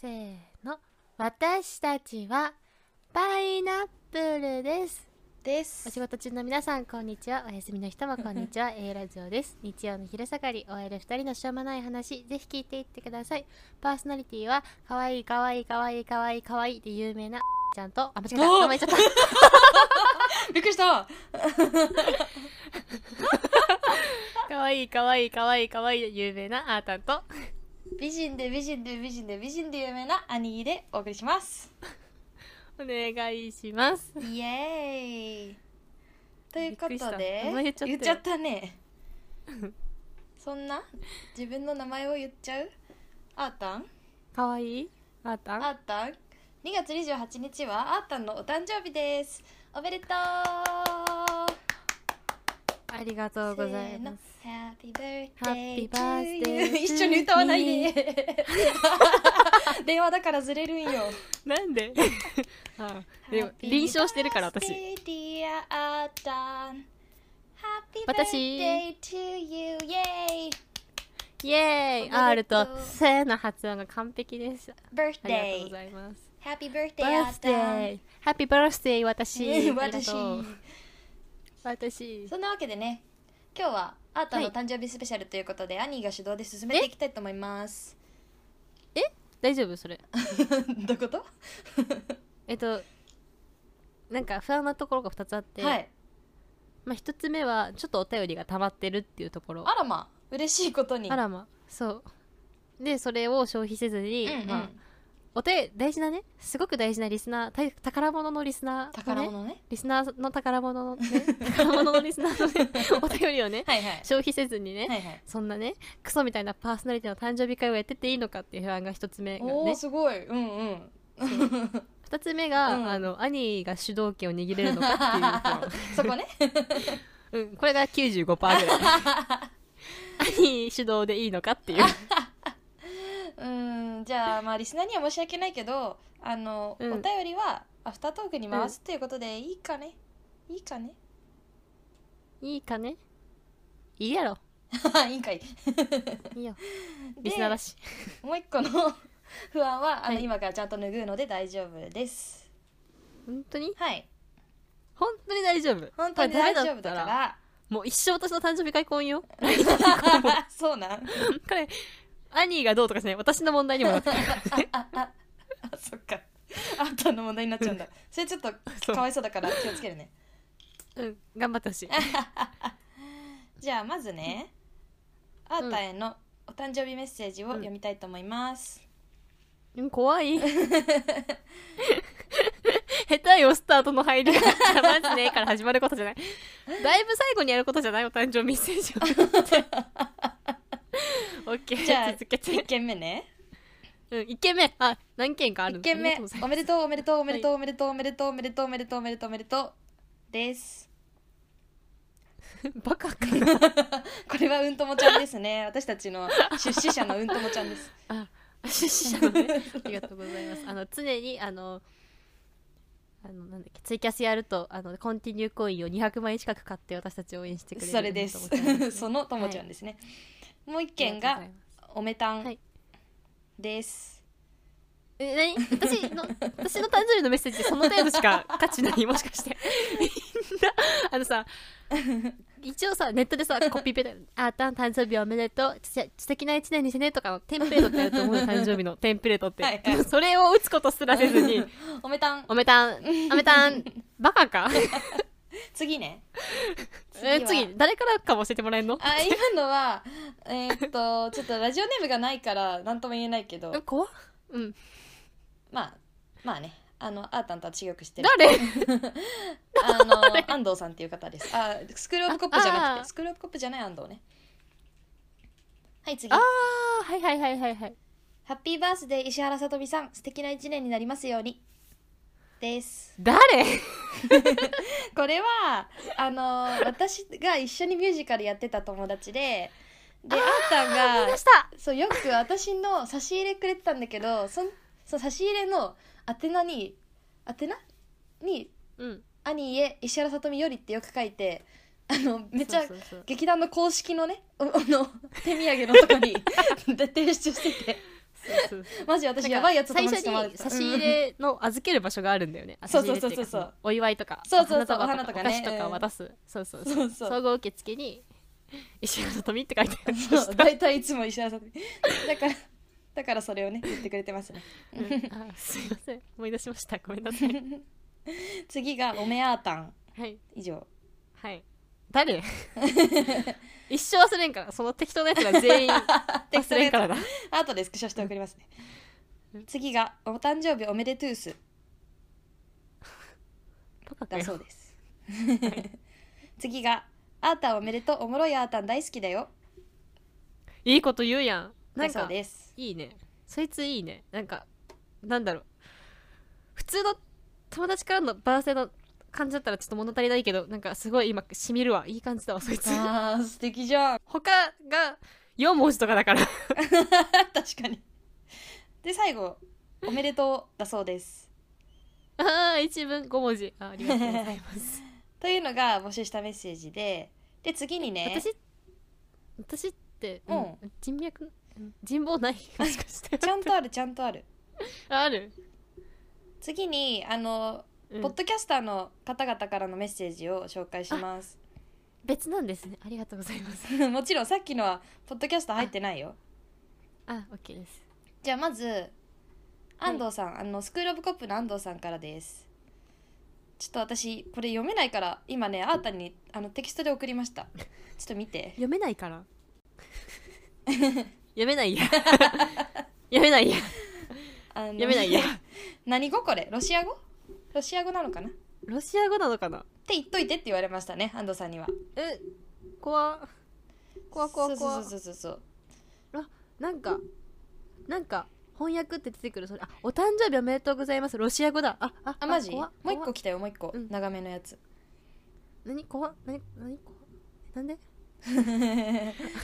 せーの私たちはパイナップルですですお仕事中の皆さんこんにちはお休みの人もこんに ちは A ラジオです日曜の昼下がり OL2 人のしょうもない話ぜひ聞いていってくださいパーソナリティはかわいいかわいいかわいいかわいいかわいいで有名なちゃんとあ間違えた おー名前言っちゃっびっくりしたたかわいいかわいいかわいいかわいいで有名なあーたんと美人で美人で美人で美人で有名な兄貴でお送りしますお願いしますイエーイというこびっくとりしでた名前言っちゃったよね そんな自分の名前を言っちゃうあーたんかわいいあーたんあーたん2月28日はあーたんのお誕生日ですおめでとうありがとうございますせーの Happy birthday Happy to you birthday to 一緒に歌わないで 電話だからずれるんよなんで あでも臨床してるから私 Happy birthday, dear あーたん Happy 私 birthday to you イエーイイエーイおめ R でとうと「せ」の発音が完璧ですありがとうご Birthday ざいます Happy birthday バあーースたデーハッピーバースデー私 んありが私とう私そんなわけでね今日はあーたんのは誕生日スペシャルということで、兄が主導で進めていきたいと思いますえ大丈夫それどういうことえっとなんか不安なところが2つあって、はいまあ、1つ目はちょっとお便りが溜まってるっていうところあらま嬉しいことにあらまそうでそれを消費せずに、うんうんまあ、お手大事なねすごく大事なリスナーた宝物のリスナー、ね、宝物ねリスナーの宝物の、ね、 宝物のリスナーの、ね、お便りをね、はいはい消費せずにね、はいはいそんなねクソみたいなパーソナリティの誕生日会をやってていいのかっていう不安が一つ目がおねーすごいうんうん二つ目が、うんあの兄が主導権を握れるのかっていう不安 そこね うん、これが95%ぐらい兄主導でいいのかって いううんじゃあまあリスナーには申し訳ないけどあの、うんお便りはアフタートークに回すということでいいかねいいかねいいかね いいやろいいんかいいいよでリスナーだしもう一個の 不安はあの、はい今からちゃんと拭うので大丈夫です本当にはい本当に大丈夫本当にこれ大ダメ丈夫だったかもう一生私の誕生日会来んよら そうなんこれ兄がどうとかしない私の問題にもなってくるからね あそっかあんたの問題になっちゃうんだそれちょっとそうかわいそうだから気をつけるねうん頑張ってほしいじゃあまずね、あーたへのお誕生日メッセージを読みたいと思います、うん怖い下手よスタートの入りがマジねから始まることじゃないだいぶ最後にやることじゃないお誕生日メッセー ジをオッケーじゃあ続け一て、件目ねうん、1件目あ何件かある一件目おめでととうおめでとうおめでとうおめでとうおめでとうおめでとうおめでとうおめでとうおめでとうですうございますバカかなこれはうんともちゃんで すね私たちの出資者のうんともちゃんですあ出資者のねありがとうございますあの常にあのあのなんだっけツイキャスやるとあのコンティニューコインを200万円近く買って私たちを応援してくれるそれですと思っちゃい ますそのともちゃんですね、もう一件あがりとうございますおめたはんいです、え、何私の、私の誕生日のメッセージってその程度しか価値ないもしかして。みんな、あのさ、一応さ、ネットでさ、コピペで、あーたん誕生日おめでとう、知知的な一年にしてねとかのテンプレートってあると思うよ、誕生日のテンプレートって。はいはいそれを打つことすらせずに、 おめたんおめたん、おめたん、バカ か。次ねえは次、誰からかも教えてもらえんのあ今のは えーっとちょっとラジオネームがないから何とも言えないけどえ怖っうん。まあまあねあのあーたんとは違くしてる誰 あの安藤さんっていう方ですあスクールオブコップじゃああなくーてスクールオブコップじゃない安藤ねはい次あハー、はいはいはいはいはい。ッピーバースデー石原さとみさん素敵な一年になりますようにです誰これはあの私が一緒にミュージカルやってた友達でであーたんが出したそうよく私の差し入れくれてたんだけどそんその差し入れの宛名に宛名にうん。 「兄へ石原さとみより」ってよく書いてあのめっちゃそうそうそう 劇団の公式のねおあの手土産のとこにで提出しててそうそうマジ私やばいやつと最友初達と回っにてた差し入れの預ける場所があるんだよねそうそうそうそ差し入れっうていかのお祝いとかそうそうそうお花とかおお花菓とかね子とか渡すそうそうそそううそう総合受付に石原さとみって書いてあるうんそう大体いつも石原さんにだからだからそれをね言ってくれてますねうんあすいません思い出しましたごめんなさ い次がおめあーたんはい以 上はい誰 一生忘れんからその適当なやつが全員適忘当なれんやつから なあとでスクショして送りますね次がお誕生日おめでとうすパカかだよそうです次があーたんおめでとうおもろいあーたん大好きだよいいこと言うやんなだんそうかですいいねそいついいねなんかなんだろう普通の友達からのバーセの感じだったらちょっと物足りないけどなんかすごい今しみるわいい感じだわそいつあー素敵じゃん 他が4文字とかだ から確かにで最後おめでとうだそうですああ一文5文字あーありがとうございます というのが募集したメッセージでで次にね私私って、う人脈人望ない もしかしてちゃんとあるちゃんとあるあある、次にあの、うんポッドキャスターの方々からのメッセージを紹介します別なんですねありがとうございます もちろんさっきのはポッドキャスト入ってないよ あオッケーですじゃあまず安藤さん、あのスクール・オブ・コップの安藤さんからですちょっと私これ読めないから今ねあーたんにあのテキストで送りましたちょっと見て読めないから 読めないや 読めないやあの読めないや何語これロシア語ロシア語なのかなっ ロシア語なのかなて言っといてって言われましたね安藤さんにはえ怖怖怖怖そうそうそうそうそうなんかなんか翻訳って出てくるそれあお誕生日おめでとうございますロシア語だあああマジも怖う一個怖来たよもう一個、うん長めのや つ何怖何何怖なんで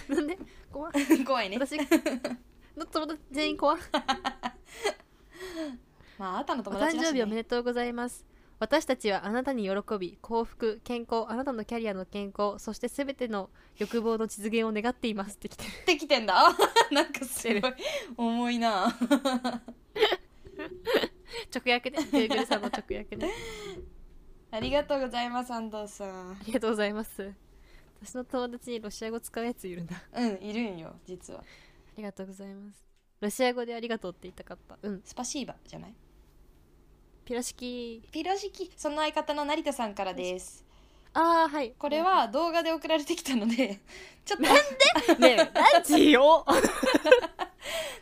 なんで怖怖い ね私がの友達全員怖まああなたのお友達誕だ生し、ね、日おめでとうございます私たちはあなたに喜び幸福健康あなたのキャリアの健康そしてすべての欲望の実現を願っていますってき てるってきてんだあなんかすごい重いな 直訳で Google さんの 直訳でありがとうございます安藤さんありがとうございます私の友達にロシア語使うやついるんだあうんいるんよ実はりがとうございますロシア語でありがとうって言いたかったうんスパシーバじゃないピラシキピロシキその相方の成田さんからですああはいこれは動画で送られてきたのでちょっとねえラジ オ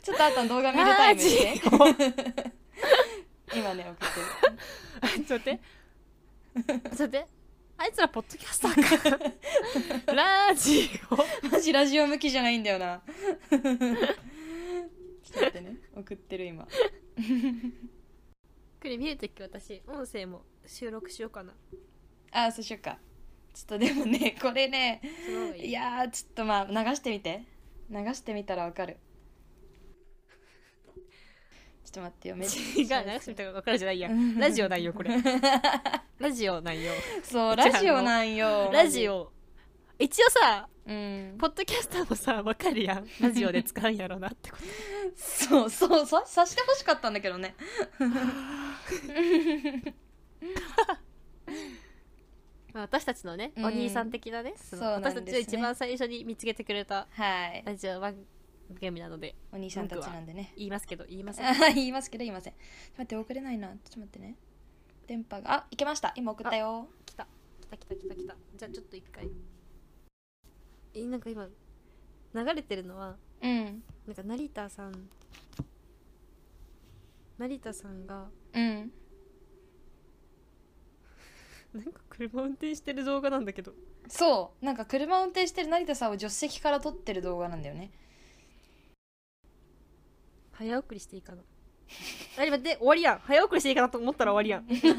ちょっとあと動画見るタイムにねラジオ 今ね送ってるちょっと待って。ちょっと待って。あいつらポッドキャスター か。ラジオ。マジラジオ向きじゃないんだ よなちょっと待ってね送ってる今これ見るとき私、音声も収録しようかな。ああそうしようかちょっとでもねこれねその方がいい。いやーちょっとまあ流してみて流してみたらわかるちょっと 待ってよめっ違う、流してみたら分かるじゃないや。ラジオ内容 これ。ラジオ内容。そうラジオなんよラジ、オ。一応さ、うん、ポッドキャスターもさ、分かるやん。ラジオで使うんやろうなって こと。そうそうささしてほしかったんだけどねまあ、私たちのね、うんお兄さん的なね、そのそうなん私たですねちを一番最初に見つけてくれたはいラジオ番組なので、お兄さんたちなんでね言いますけど、言いません。 言いますけど言いませんちょっと待って送れないなちょっと待ってね電波があいけました今送ったよ来た来た来た来た来たじゃあちょっと一回えなんか今流れてるのはうんなんか成田さん成田さんがうんなんか車運転してる動画なんだけどそうなんか車運転してる成田さんを助手席から撮ってる動画なんだよね早送りしていいかなあれ待って終わりやん早送りしていいかなと思ったら終わりやんちょっ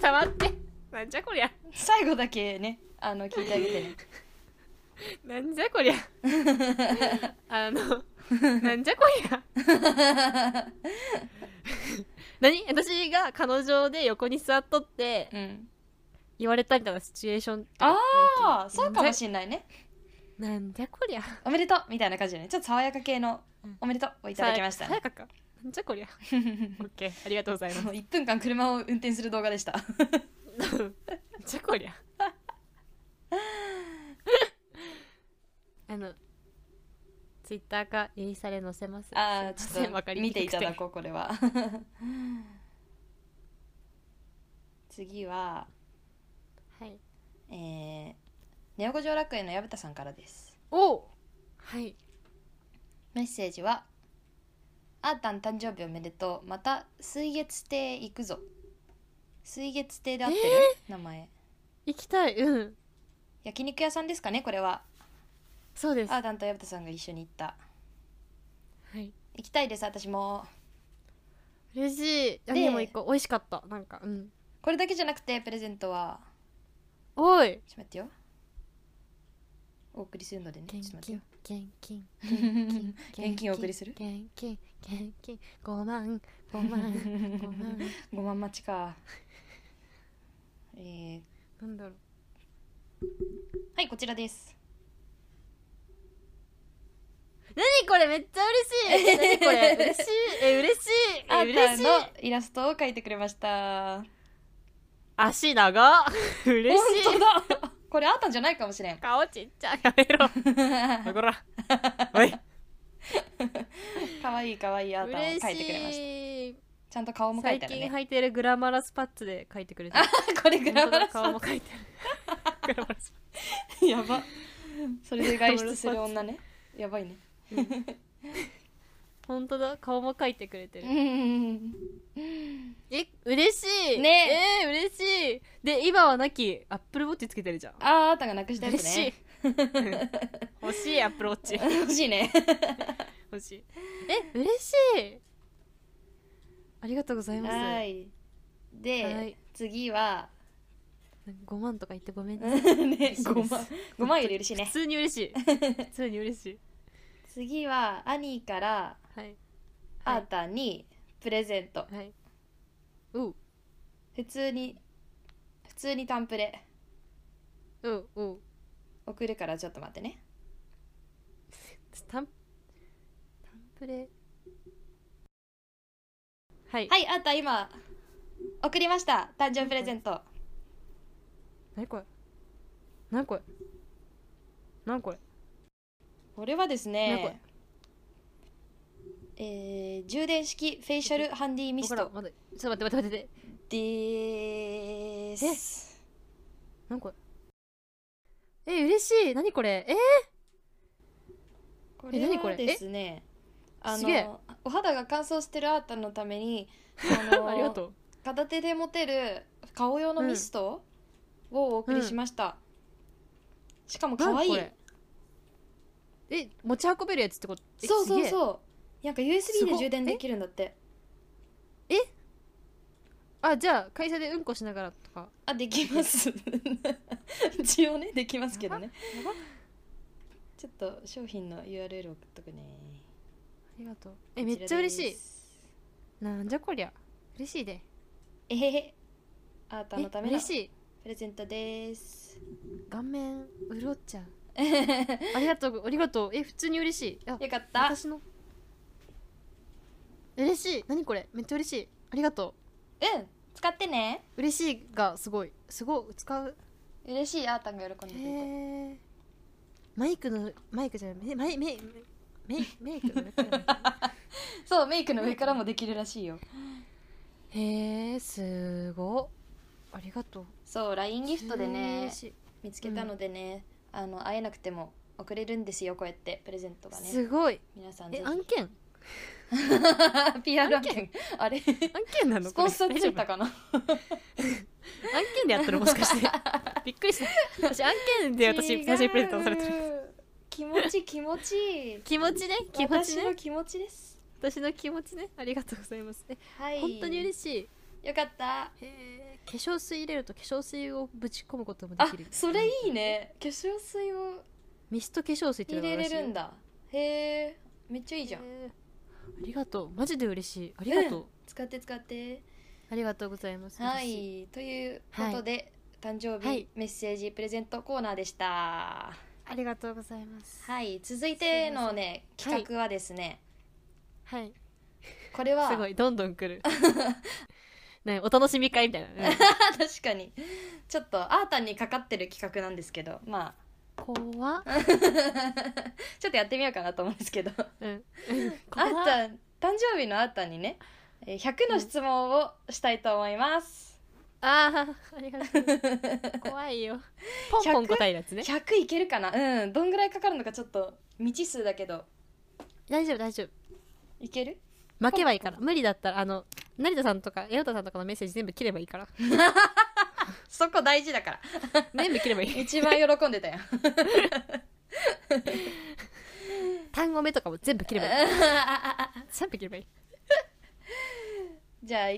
と 待ってなんじゃこりゃ 最後だけねあの聞いてあげてねなんじゃこりゃ あのなんじゃこりゃ何私が彼女で横に座っとって うん言われたみたいなシチュエーションああそうかもしんないねなんじゃこりゃおめでとうみたいな感じでねちょっと爽やか系のうんおめでとうをいただきましたさやね、かかなんじゃ こりゃオッケーありがとうございもま う1分間車を運転する動画でしたすなんじゃこりゃあのツイッターかインスタで載せます ああすいませちんょわっかとり見ていただここうこれは 次はうはいえー、ネオ五条楽園の矢蓋さんからですおうはいメッセージは「あーたん誕生日おめでとうまた水月亭行くぞ」水月亭で合ってる、名前行きたいうん焼肉屋さんですかねこれはそうですあはーたんと矢蓋さんが一緒に行ったい行きたいです私も嬉しいあででも一個美味しかったなんかうんこれだけじゃなくてプレゼントはおいちょっと待ってよお送りするのでねちょっ現と待って金よ現金現金お送りする現金現金5万5万5万 5万待ちかえー、なんだろうはいこちらです何これめっちゃ嬉しい何これ嬉しいえ嬉しいあえーた嬉んしいのイラストを描いてくれました足長 っ嬉しい本当だ これあーたんじゃないかもし れん顔ちっちゃいやめろこら おいかわいいかわいいあーたんを嬉描いてくれましたしいちゃんと顔も描最いてある近ね履いてるグラマラスパッツで描いてくれてるこれグラマ本当ラだス顔も描いてあるグラマラスパッやばそれで外出する女ねやばいねツ本当だ顔も描いてくれてるうんえ嬉しいねえー嬉しいで今はなきアップルウォッチつけてるじゃんあーあーたんがなくしたや嬉つしいね欲しいアップルウォッチ欲しいね欲しいえ嬉しいありがとうございますはいで、はい次は、 5万とか言ってごめんね ね、5万5万より嬉し普いね通に嬉しい 普通に嬉しい次は兄からはいあはーいたんにプレゼント、はいう普通に普通にタンプレうんうん送るからちょっと待ってねタンタンプレはい、はいあーたん今送りました誕生日プレゼント何これ何これ何これこれはですねこれねえー充電式フェイシャルハンディミわスからトんまだちょっと待って待って待ってでーす何これえ嬉しい何これえーこえれ何これはですねあすげえのお肌が乾燥してるあーたんのため にあのありがとう片手で持てる顔用のミストをお送りしました、しかも可愛い何これえ持ち運べるやつってことえそうそうすげえそうなんか USB すでご充電できるんだってあじゃあ会社でうんこしながらとかあできます 一応ねできますけどねやばあちょっと商品の URL 送っとくねりがとうえめっちゃ嬉しいなんじゃこりゃ嬉しいでいえへへあーたんのたえめの嬉しいプレゼント です顔面潤っちゃうありがとうありがとうえ普通に嬉しいあよかった私の嬉しい何これめっちゃ嬉しいありがとうん使ってねう嬉しいがすごいすごい使う嬉しいあーたんが喜んへでくれてるえマイクのマイクじゃないメマイメメイメイクの上からそうメイクの上からもできるらしいよへえすごいありがとうそう LINE ギフトでね嬉しい見つけたのでね、あの会えなくても送れるんですよこうやってプレゼントがねすごい皆さんぜえひ案件 PR 案件あ れス案件なのポンサーついたかかな案件でやったのもしか してびっくりした私案件で私最初にプレゼントされてるる気持ち気持ちいい気持ちね気持ち私のね気持ちです私の気持ちねありがとうございますえはい本当に嬉しいよかったへー化粧水入れると化粧水をぶち込むこともであきるそれいいね化粧水をミスト化粧水って入れれるんだだへえめっちゃいいじゃんありがとうマジで嬉しいありがとう、使って使ってありがとうございますは嬉しいということで、誕生はい日メッセージプレゼントコーナーでした、ありがとうございますはい続いてのねすいません企画はですね、はいこれはすごいどんどん来 るねお楽しみ会みたいな、ね 確かにちょっとアータンにかかってる企画なんですけどまあ怖っ、 ちょっとやってみようかなと思うんですけどうん、 ア怖ーっタン誕生日のアータンにねえー100の質問をしたいと思います、あーありがとう怖いよポンポン答えるやつね100いけるかなうんどんぐらいかかるのかちょっと未知数だけど大丈夫大丈夫いける負けばいいから無理だったらあの成田さんとかエオタさんとかのメッセージ全部切ればいいから そこ大事だから全部切ればい い一番喜んでたよ単語目とかも全部切ればいい全部切ればいい じゃあ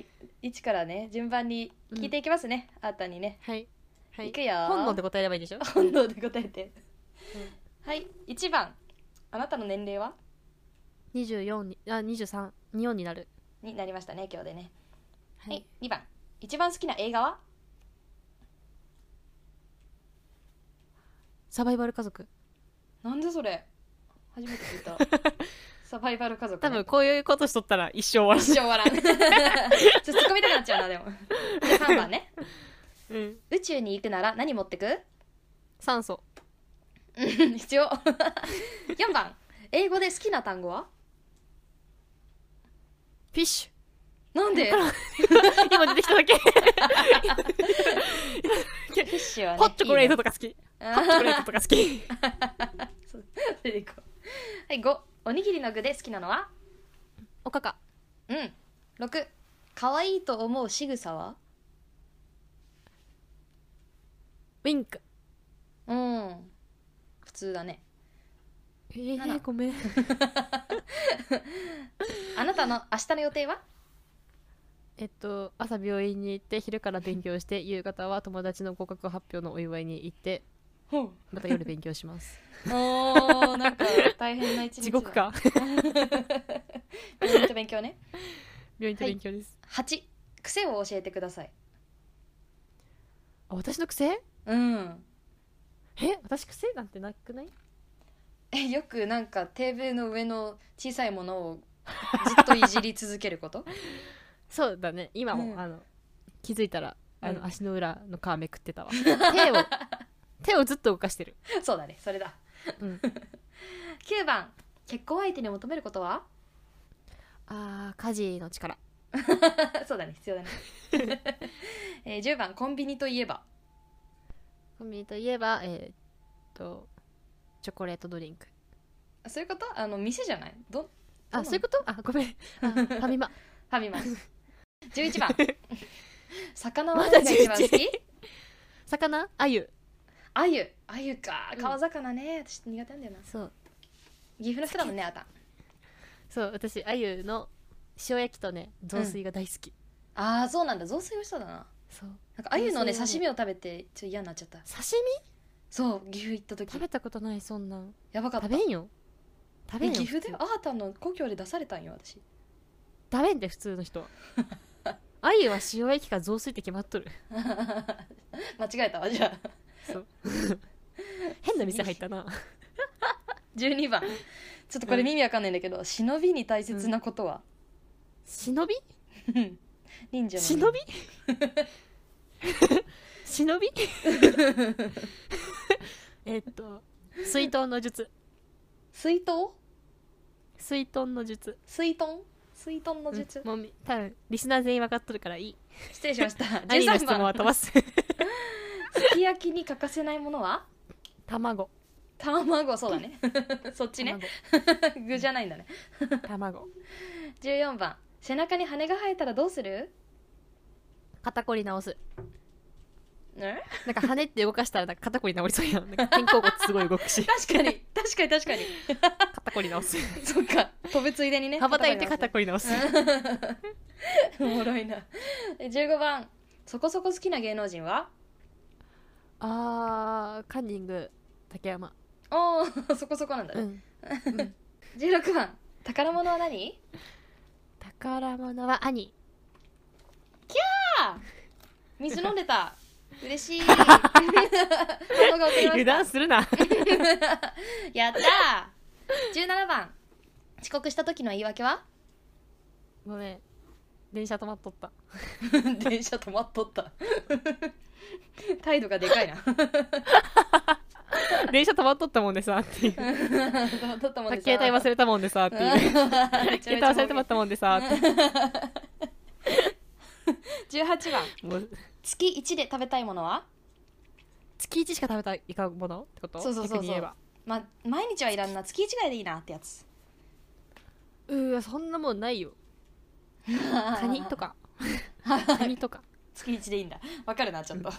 1からね順番に聞いていきますね、アータンにねはいはいいくよ本能で答えればいいでしょ本能で答えて、はい1番あなたの年齢は24にあ23 24になるになりましたね今日でねははい、2番一番好きな映画はサバイバル家族なんでそれ初めて聞 いたサバイバル家族、ね、多分こういうことしとったら一生終わら一生終 わらんちょっと突っ込みたくなっちゃうなでもじゃあ3番ねない、うん、宇宙に行くなら何持っ てく酸素うん必要4番英語で好きな単語はフィッシなんでュ 今出てきただけフィッシュはね ホットチョコレートいとか好きいねホットチョコレートとか好きそう出てこうはい5おにぎりの具で好きなのは おかかうん6可愛いと思う仕草はウィンクうん普通だねえー七ごめんあなたの明日の予定はえっと朝病院に行って昼から勉強して夕方は友達の合格発表のお祝いに行ってほまた夜勉強しますうおーなんか大変な一日だ 地獄か病院と勉強ね病院と勉強です、 8癖を教えてくださいあ私の癖うんえ私癖なんてなくないえよくなんかテーブルの上の小さいものをずっといじり続けることそうだね今も、うんあの気づいたらあの、うん足の裏の皮めくってた わ手を手をずっと動かしてる、 そうだねそれだうん、 9番結婚相手に求めることはあー家事の力そうだね必要だね、 えー、10番コンビニといえばコンビニといえばえーっとチョコレートドリンクあそういうことあの店じゃないどフあそういうこと あごめんあ ファミマァミマ11番 魚はまだ何が一番好11き魚あゆあゆあゆかうん川魚ね、私苦手なんだよなそう岐阜の人だもんねあなたそう私あゆの塩焼きとね雑炊が大好き、ああそうなんだ雑炊の人だなそうなんかあゆのね雑刺炊身を食べてちょっと嫌になっちゃった刺そう岐阜行った身時食べたことないそんなんやばかった食べんよ食べんよ岐阜で普ア通ータンの故郷で出されたんよ 私食べんで普通の 人はあゆは塩焼きか雑炊って決まっ とる間違えたわじゃ あそう変な店入ったな12番ちょっとこれうん意味わかんないんだけど、忍びに大切なことは、 忍び 忍者の忍び忍び えっと水遁の術水筒水遁の術水遁水遁の術、うんもうみ多分リスナー全員分かっとるからいい失礼しました アニの質13問は番飛ばすすき焼きに欠かせないものは 卵卵そうだ ねそっちね 具じゃないんだね 卵14番背中に羽が生えたらどうする肩こり直すねなんか羽って動かしたらなんか肩こり治りそうやんなんか肩甲骨すごい動く し確かに確かに確かに肩こり直す そっか飛ぶついでにね羽ばたいて肩こり直す おもろい なえ15番そこそこ好きな芸能人は あーカンニング竹山おお そこそこなんだうね、ん16番宝物は何宝物は兄水飲んでた 嬉しい。物が送りま油した断するなやったー。十七番。遅刻した時の言い訳は？ごめん電車止まっとった 電車止まっとった。 態度がでかいな。電車止まっとったもんでさっていう 止まっとったもんでさ。携帯忘れたもんでさっていうれ携帯忘れてまったもんでさって十八番。もう月一で食べたいものは？月一しか食べたいかんものってことそうそうそうそう逆に言えばまあ毎日はいらんな。月一ぐらいでいいなってやつ。うわそんなもんないよ カカニと。かカニとか 月一でいいんだ。わかるなちょっと。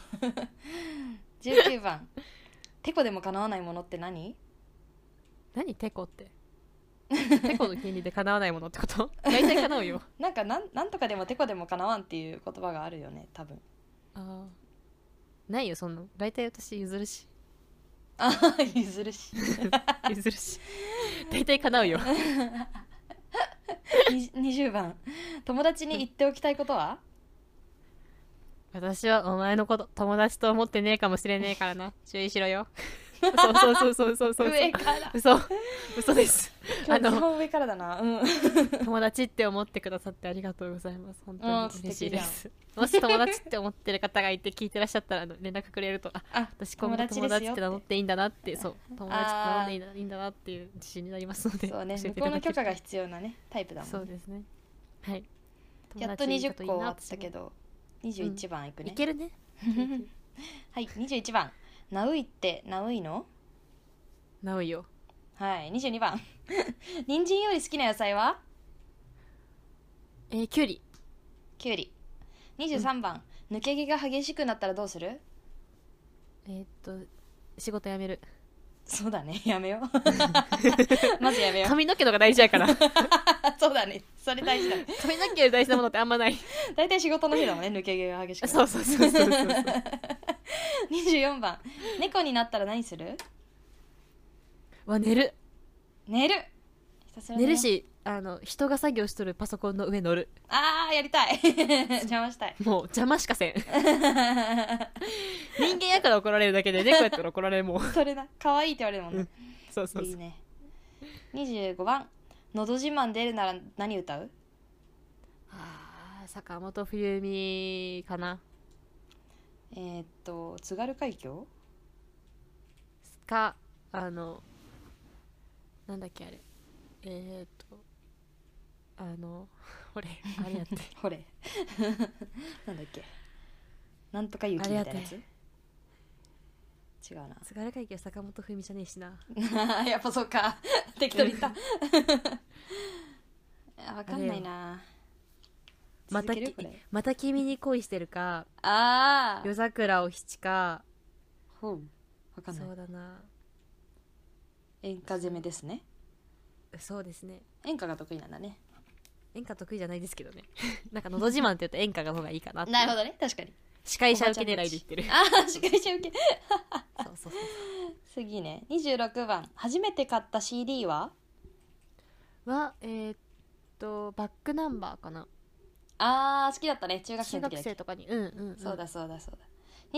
十九番。てこでも叶わないものって何？何テコってテコの権利で叶わないものってこと大体叶う よなんかなんなんとかでもてこでも叶わんっていう言葉があるよね多分。あーないよそんなの大体私譲るしああ譲るし。譲るし大体叶うよ に20番友達に言っておきたいことは私はお前のこと友達と思ってねえかもしれねえからな注意しろよそうそうそうそうそうそう上から嘘嘘ですあ今日基の本上からだなうん友達って思ってくださってありがとうございます本当あーに嬉しいですもし友達って思ってる方がいて聞いてらっしゃったらあの連絡くれるとああ私今後友達って名乗っていいんだなってそう友達って名乗っていいんだいいんだなっていう自信になりますのでそうね教え向ていたこうのだけ許ると可が必要なねタイプだもそんうねですねはいやっと友達だ20とい個い終わなったけど21番い私くもねい、けるね はい21番ナウイってナウイのなおいよはい22番 人参より好きな野菜はえー、キュウリきゅうり23番、抜け毛が激しくなったらどうするえーっと仕事辞めるそうだね やめ ようまずやめよう髪の毛のが大事やから そうだねそれ大事だね 髪の毛より大事なものってあんまない大体仕事の日だもんね抜け毛が激しくなる そうそうそうそうそう24番猫になったら何する わ寝る寝るひたすら寝ようるしあの人が作業しとるパソコンの上乗るあーやりた い邪魔したいもう邪魔しかせん 人間やから怒られるだけで 猫やったら怒られるもう それな可愛いって言われるもんね、そうそういそいうね25番「のど自慢」出るなら何歌うあー坂本冬美かなえー、っと津軽海峡かあのなんだっけあれえー、っとあの 俺あれやって ほれ なんだっけなんとか雪みたいなやあれつ違うな津軽海峡坂本冬美じゃねえしな やっぱそうか適当に言った あわかんないなまた続けるきこれまた君に恋してるかああ夜桜を七かほうわかんなそういだな演歌攻めですねそうですね演歌が得意なんだね演歌得意じゃないですけどね なんか「のど自慢」って言うと演歌の方がいいかなってなるほどね確かに司会者受け狙いで言ってるああ司会者受けそう そうそう次ね26番初めて買った CD ははえー、っとバックナンバーかなあー好きだったね中学生中の学時だっけ生とかにうんうん、うん、そうだそうだそうだ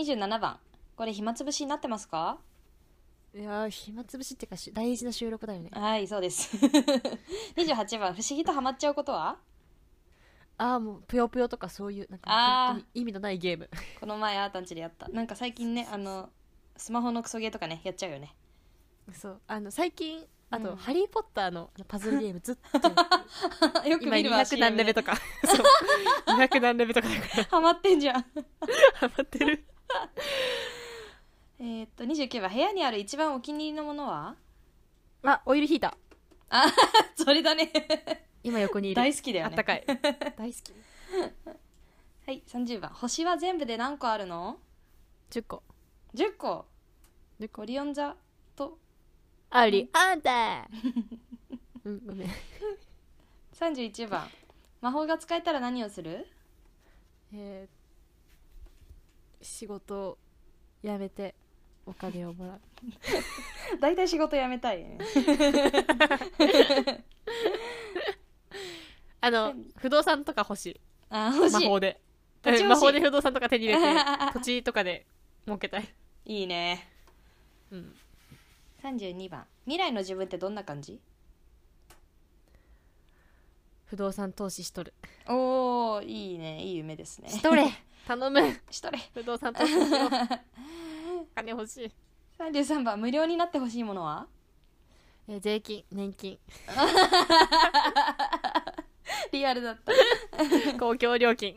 27番これ暇つぶしになってますかいやー暇つぶしっていうかし大事な収録だよねはいそうです 28番不思議とハマっちゃうことはああもうぷよぷよとかそういうなんかあー本当に意味のないゲームこの前あーたんちでやったなんか最近ねあのスマホのクソゲーとかねやっちゃうよね そうあの最近あと、うんハリー・ポッターの」あのパズルゲームずっとやってる よく今見るわ200何レベ CM で とかそう200何レベとかだから ハマってんじゃんハマってるえーっと29番部屋にある一番お気に入りのものはあオイルヒーター それだね今横にいる 大好きだあよっねたかい 大好きはい30番星は全部で何個あるの10個10個10個オリオン座とありあん たうんごめん31番魔法が使えたら何をするえー、仕事を辞めてお金をもらう大体仕事辞めたいねあの不動産とか欲しいあー欲し魔い法で土地欲しい魔法で不動産とか手に入れて 土土地とかで儲けたい、いいねうん、 32番未来の自分ってどんな感じ不動産投資しとるおおいいねいい夢ですねしとれ 頼むしとれ不動産投 資しよう金欲しい、 33番無料になってほしいものはえー税金年 金リアルだった公共料 金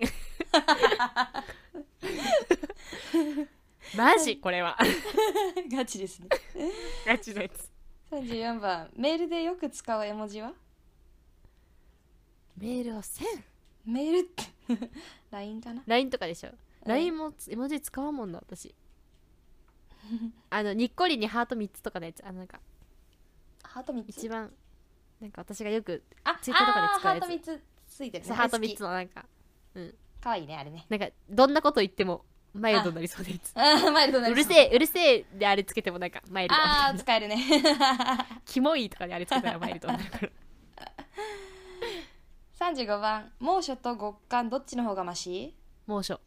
マジこれは ガチですねガチのやつ34番メールでよく使う絵文字はメールをせんメールって LINE かな LINE とかでしょうん LINE もつ絵文字使うもんな 私あのにっこりにハート3つとかのやつあのなんかハート3つ一番なんか私がよくあツイッターとかで使うやつあーハート3つついてるねそうハートあれ好3きつのなんかかわいいねあれねなんかどんなこと言ってもマイルドになりそうでいつあーマイルドなうるせええうるせえであれつけてもなんかマイルドみたいあーな使え るねキモいとかであれつけたらマイルドになるから35番猛暑と極寒どっちの方がマシ 猛暑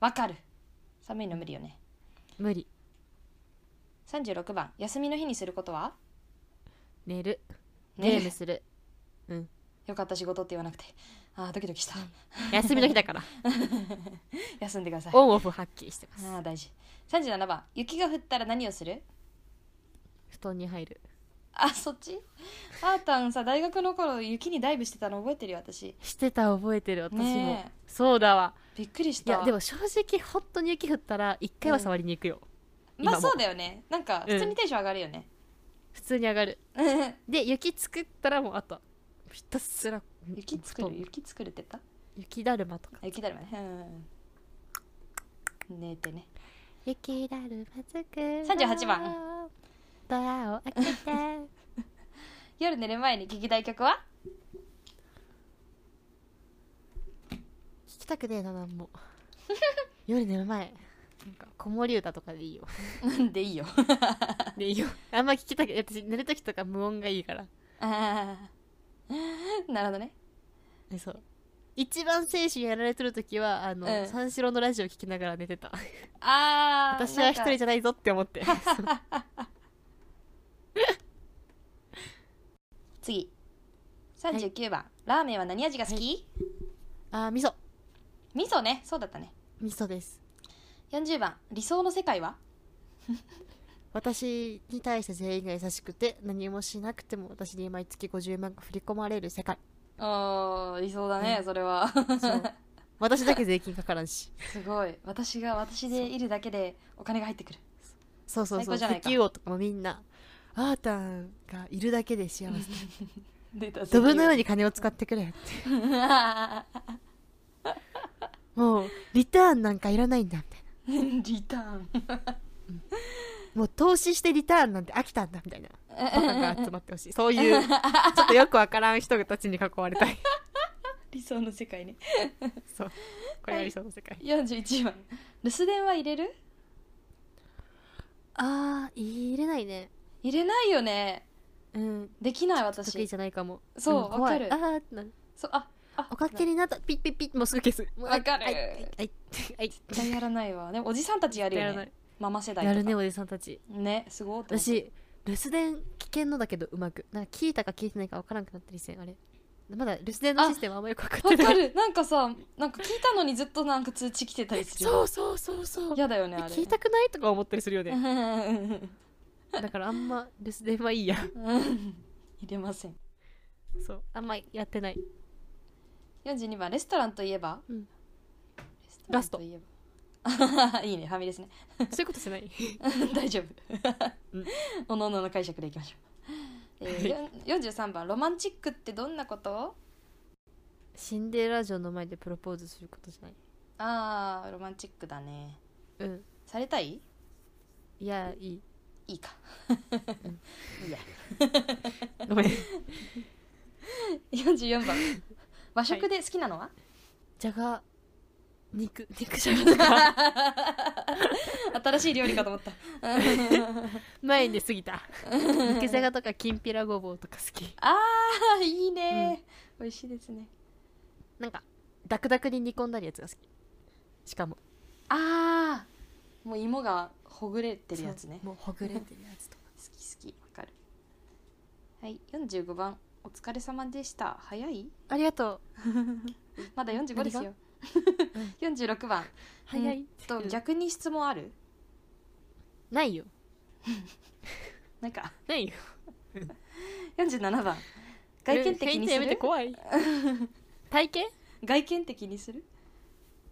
わかる寒いの無理よね無理36番休みの日にすることは寝るゲねームする、よかった仕事って言わなくてあードキドキした休みの日だから 休んでくださいオンオフはっきりしてますあー大事37番雪が降ったら何をする布団に入るあそっちあーたんさ大学の頃雪にダイブしてたの覚えてるよ私してた覚えてる私も、ねえそうだわびっくりしいたやでも正直本当に雪降ったら一回は触りに行くよ、今まあもそうだよねなんかうん普通にテンション上がるよね、普通に上がるで雪作ったらもうあとはひたすら雪作る布団雪作るって言った雪だるまとかあ雪だるまねうん寝てね雪だるま作る38番ドアを開 けて夜寝る前に聴きたい曲は 聞きたくねえななんも夜寝る前なんか子守歌とかでいいようんでいいよでいいよあんま聞きたく私寝る時とか無音がいいからあーなるほどねえそう一番精神やられてる時はあの、うん三四郎のラジオ聞きながら寝てたああ私は一人じじゃないぞって思って 次39番、ラーメンは何味が好き、あー味噌味噌ねそうだったね味噌です40番理想の世界は私に対して全員が優しくて何もしなくても私に毎月50万が振り込まれる世界あー理想だね、それは そう私だけ税金かからんし すごい私が私でいるだけでお金が入ってくるそうそうそう最高じゃない石か油王とかもみんなあーたんがいるだけで幸せ出たドブのように金を使ってくれってもうリターンなんかいらないんだみたいな リターンもう投資してリターンなんて飽きたんだみたいなバカが集まってほしいそういうちょっとよくわからん人たちに囲われた い理想の世界ねそうこれが理想の世界、 41番留守電は入れるああ入れないね入れないよねうんできない得意私じゃないかもそううん怖いわかあーなそうああおかけになったピッピッピッもうすぐ消すもうあわかるあいあいあい絶対やらないわでもおじさんたちやるやよらないねママ世代とやかるねおじさんたちねすごいと思う私留守電危険のだけどうまくなんか聞いたか聞いてないかわからんくなったりせんあれまだ留守電のシステムあんまよくわかってわないかるなんかさなんか聞いたのにずっとなんか通知来てたりするそうそうそうそうやだよねえあれ聞い たくないとか思ったりするようねんうんうんだからあんま留守電はい いやうん入れませんそうあんまやってない42番レストランといえば、うんレストランといえば いいねファミレスねそういうことし ない 大丈うん夫おのおのの解釈でいきましょう、えー、よん43番ロマンチックってどんなことシンデレラ城の前でプロポーズすることじゃないあーロマンチックだねうんされたいいやいいいいか いいやごめん44番和食で好きなのは、 じゃが肉肉じゃがとか 新しい料理かと 思った前に過ぎ た肉じゃがとかきんぴらごぼうとか好きあーいいね、美味しいですねなんかダクダクに煮込んだりやつが好きしかもああもう芋がほぐれてるやつねそうもうほぐれてるやつとか好き好きわかるはい45番お疲れ様でした早いありがとまだ45ですよ 46番う早い、と逆に質問あるないよなんかないよ47番外見的にすやめてる怖 い体型外見的にする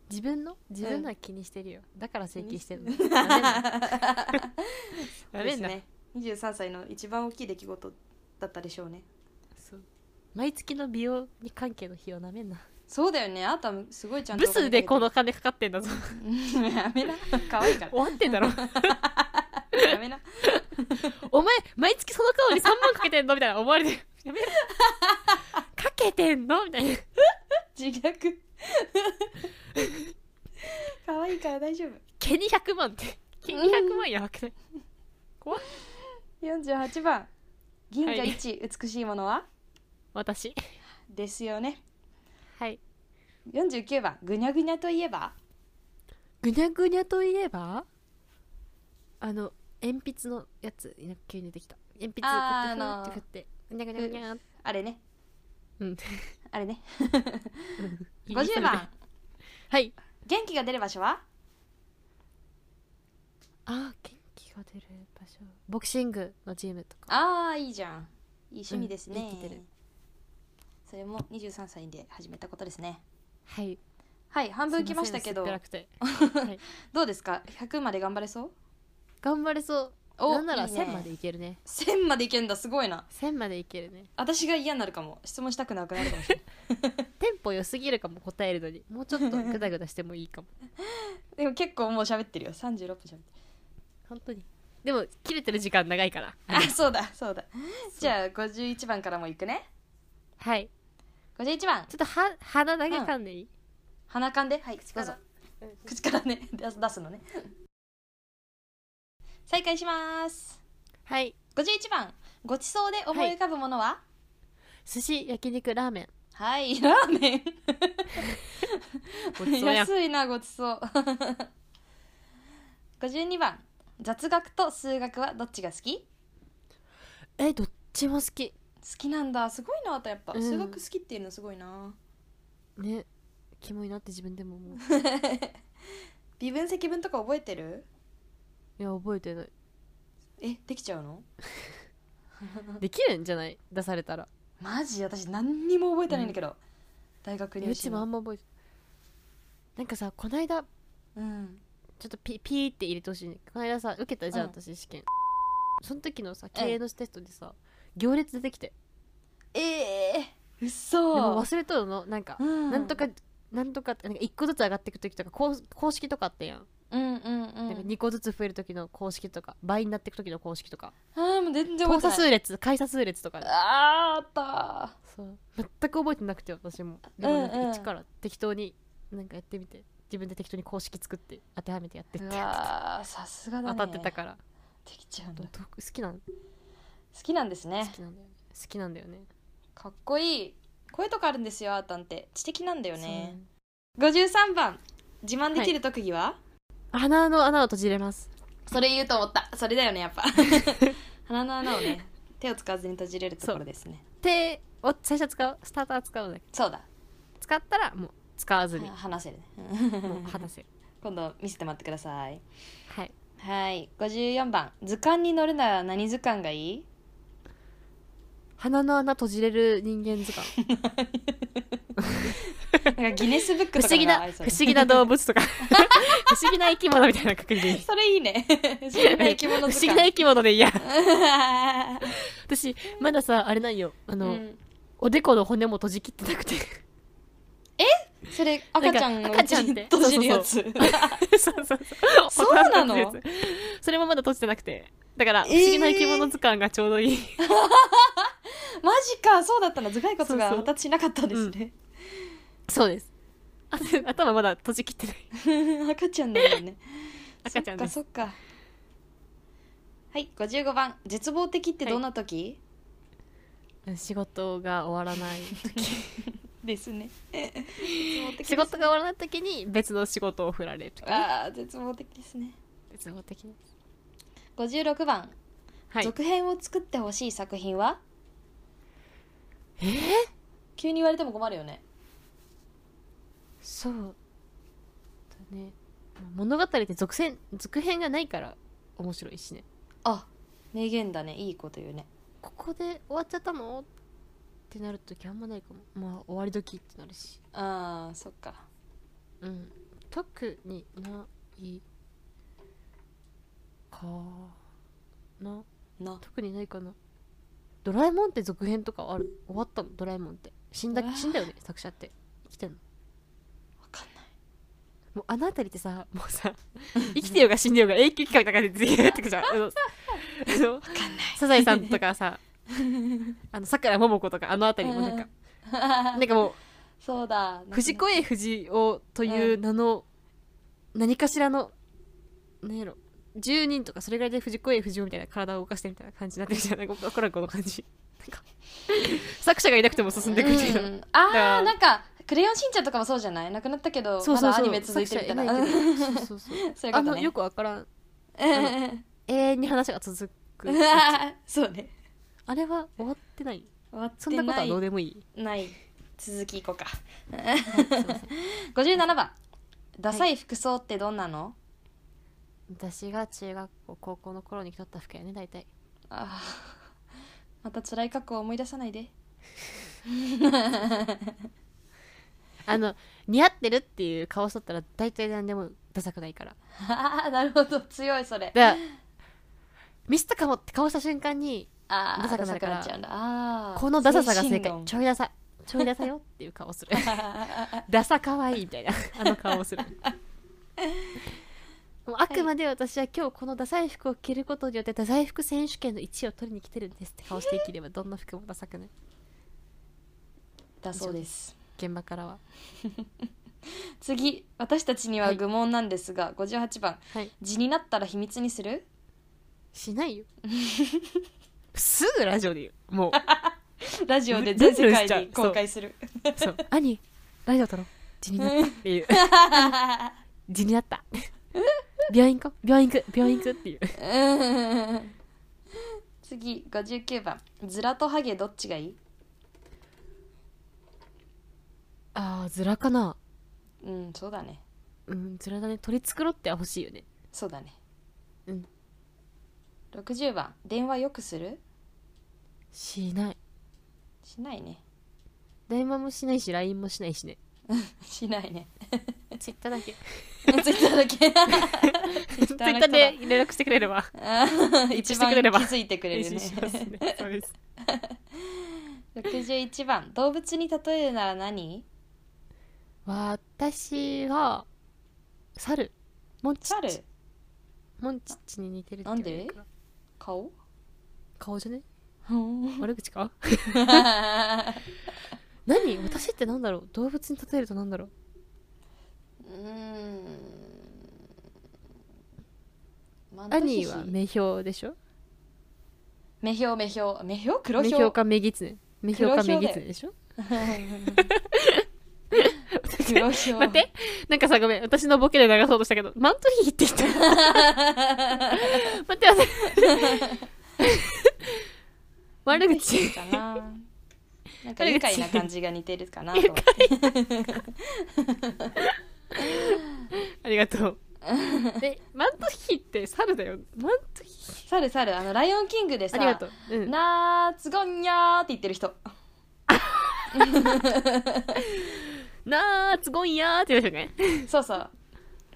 自分の自分のは気にしてるよ、だから整形してるの ダ メでんすだ、ね23歳の一番大きい出来事だったでしょうねそう毎月の美容に関係の費用なめんなそうだよねあなたすごいちゃんとブスでこのの金かかってん だぞやめな可愛いか終わってんだろらやめなお前毎月その顔に3万かけてんのみたいな思われてるやめろかけてんのみたいな自 虐可愛いから大丈夫毛に100万って毛に100万やばくない怖い48番銀河はい一、美しいものは私ですよねはい49番ぐにゃぐにゃといえばぐにゃぐにゃといえばあの鉛筆のやつなんか急に出てきた鉛筆こうあーやってふーっあのて振ってぐにゃぐにゃぐにゃーってあれねうんあれね言いそうだ50番はい元気が出る場所はあー元気が出る場所ボクシングのジムとかああいいじゃんいい趣味ですね、うん生きてるそれも23歳で始めたことですねはいはい半分きましたけどすいません薄っぺらくてはいどうですか100まで頑張れそう頑張れそうなんならいいね1000までいけるね1000までいけんだすごいな1000までいけるね私が嫌になるかも質問したくなくなるかもしれないテンポ良すぎるかも答えるのにもうちょっ とグダグダしてもいいかもでも結構もう喋ってるよ36分喋ってる本当にでも切れてる時間長いからあ そうだそうだじゃあ51番からもいくねはい51番ちょっとは鼻だけ噛んでいい、鼻かんではいどうぞ口からね 出す出すのね再開しますはい51番ごちそうで思い浮かぶものは寿司焼肉ラーメンはい、 ラーメンごちそうやん安いなごちそう 52番雑学と数学はどっちが好き好えどっちも好ききなんだすごいなあとやっぱ、うん数学好きっていうのすごいなねキモいなって自分でも思う微分積分とか覚えてるいや覚えてないえできちゃうのできるんじゃない出されたらマジ私何にも覚えてないんだけど、大学いや入うち試もあのんま覚えてなんかさこないだうんちょっとピピーって入れてほしいねこの間さ受けたじゃん、うん私試験その時のさ経営のテストでさ、行列出てきてええうっでそも忘れとるのなんか、うんなんとかなんとかってなんか1個ずつ上がっていく時とか公公式とかあってやん,、うんうんうんなんか2個ずつ増える時の公式とか倍になっていく時の公式とかあーもう全然交覚差数えてない列解差数列とかねあーあっそう全く覚えてなくて私もでもなんかうんうん一から適当になんかやってみて自分で適当に公式作って当てはめてやってったてうやってわーさすが当だねたってたから、できちゃうんだどど好きなん好きなんです好ねきなんだよね好きなんだよねかっこいい声とかあるんですよあーたんって知的なんだよそうね53番自慢できる特技は、鼻の穴を閉じれますそれ言うと思ったそれだよねやっぱ 鼻の穴をね手を使わずに閉じれるところですね手を最初使うスターター使うんだけどそうだ使ったらもう使わずには話せるねもう話せる 今度見せてもらってくださいはいはい54番図鑑に乗るなら何図鑑がいい鼻の穴閉じれる人間図 鑑なんかギネスブック不思とか議なが合 い不そう思議な動物とか 不思議な生き物みたいな確認それい いね不思議な生き物不図思議な 鑑生き物でいや不私まださあれなんよあの、うん、おでこの骨も閉じきってなくてそれ赤ちゃんのなんか赤ちゃんって閉じるやつ そうそうそうなのお母さんやつそれもまだ閉じてなくてだからえ不ー思議な生き物図鑑がちょうどいい、 マジかそうだったの頭蓋骨がそうそう発達しなかったんですねそうですあ 頭まだ閉じきってない 赤ちゃんなんだよね 赤ちゃんですそっかそっかはい55番絶望的ってどんな時、仕事が終わらない時ですね 絶望的で す仕事が終わらない時に別の仕事を振られる時あー絶望的ですね絶望的です56番、はい続編を作ってほしい作品はえー、急に言われても困るよねそうだね物語って続編続編がないから面白いしねあ名言だねいいこと言うねここで終わっちゃったのってなる時あんまないかもまあ終わり時ってなるしあーそっかうん特にないかなな特にないかなドラえもんって続編とかある終わったのドラえもんって死んだうわー死んだよね作者って生きてんの分かんないもうあの辺りってさもう さ生きてようが死んでようが永久期間の中でずっとやってくじゃんあのあの分かんないサザエさんとかさあのさくらももことかあの辺りもなんかなんかもう そうだ藤子 A 不二雄というう名の何かしらの何やろ10人とかそれぐらいで藤子 A 不二雄みたいな体を動かしてみたいな感じになってるじゃ ないこらこの感じなんか作者がいなくても進んでいくみたいな、うんだかあらーなんか「クレヨンしんちゃん」とかもそうじゃないなくなったけどそうそうそう、まだアニメ続いてるみたいな作者うんいないけどそうそうそう そういうこあとのねよくわからんうん永遠に話が続 く そうねあれは終わってない終わってそんなことはどうなでもいいいない続きいこうかはい すいません57番「ダサい服装ってどんなの私が中学校高校の頃に着とった服やね大体あーまた辛い過去を思い出さないであの似合ってるっていう顔しとったら大体何でもダサくないからあー なるほど強いそれだからミスったかもって顔した瞬間にああダサくなるからちゃうんだあーこのダサさが正精解神論ちょいダサちょいダサよっていう顔するダサかわいいみたいなあの顔をするもうあくまで私は今日このダサい服を着ることによってダサい服選手権の1位を取りに来てるんですって顔していければどんな服もダサくない だそうです現場からは次私たちにははい愚問なんですが、58番はい「字になったら秘密にする?しないよすぐラジオで言うもう」ラジオで全世界に公開す るそう「兄ラジオ撮ろう地になった」っていう「地になった」病院行こう病院行く病院行くっていううん次59番「ズラとハゲどっちがいい?あーズラかな」うんそうだねうんズラだね取り繕っては欲しいよねそうだねうん60番「電話よくする?しない」しないね 電話もしないし LINE もしないしねしないねツイッターだけツイッターだけツイッターで連絡してくれ ればあー一し番て気くれればづいてくれる返信しますねね そうです61番「動物に例えるなら何?私は猿モン」チッチ猿モンチッチに似てるって言われるから顔顔じゃねうん悪口か 何私ってなんだろう動物に例えるとなんだろうマントアヒヒニーは目標でしょ目標目標目標黒目標標か目狐目標か目狐でしょ 黒 標待 ってなんかさごめん私のボケで流そうとしたけどマントヒヒって言った待って待って 悪口かななんか愉快な感じが似てるかなと思ってありがとうえマントヒヒって猿だよマントヒヒ猿猿あの「ライオンキング」であさりがとう、う 「ん、なーつごんにゃー」って言ってる人なあすごいやーって言うでしょねそうそう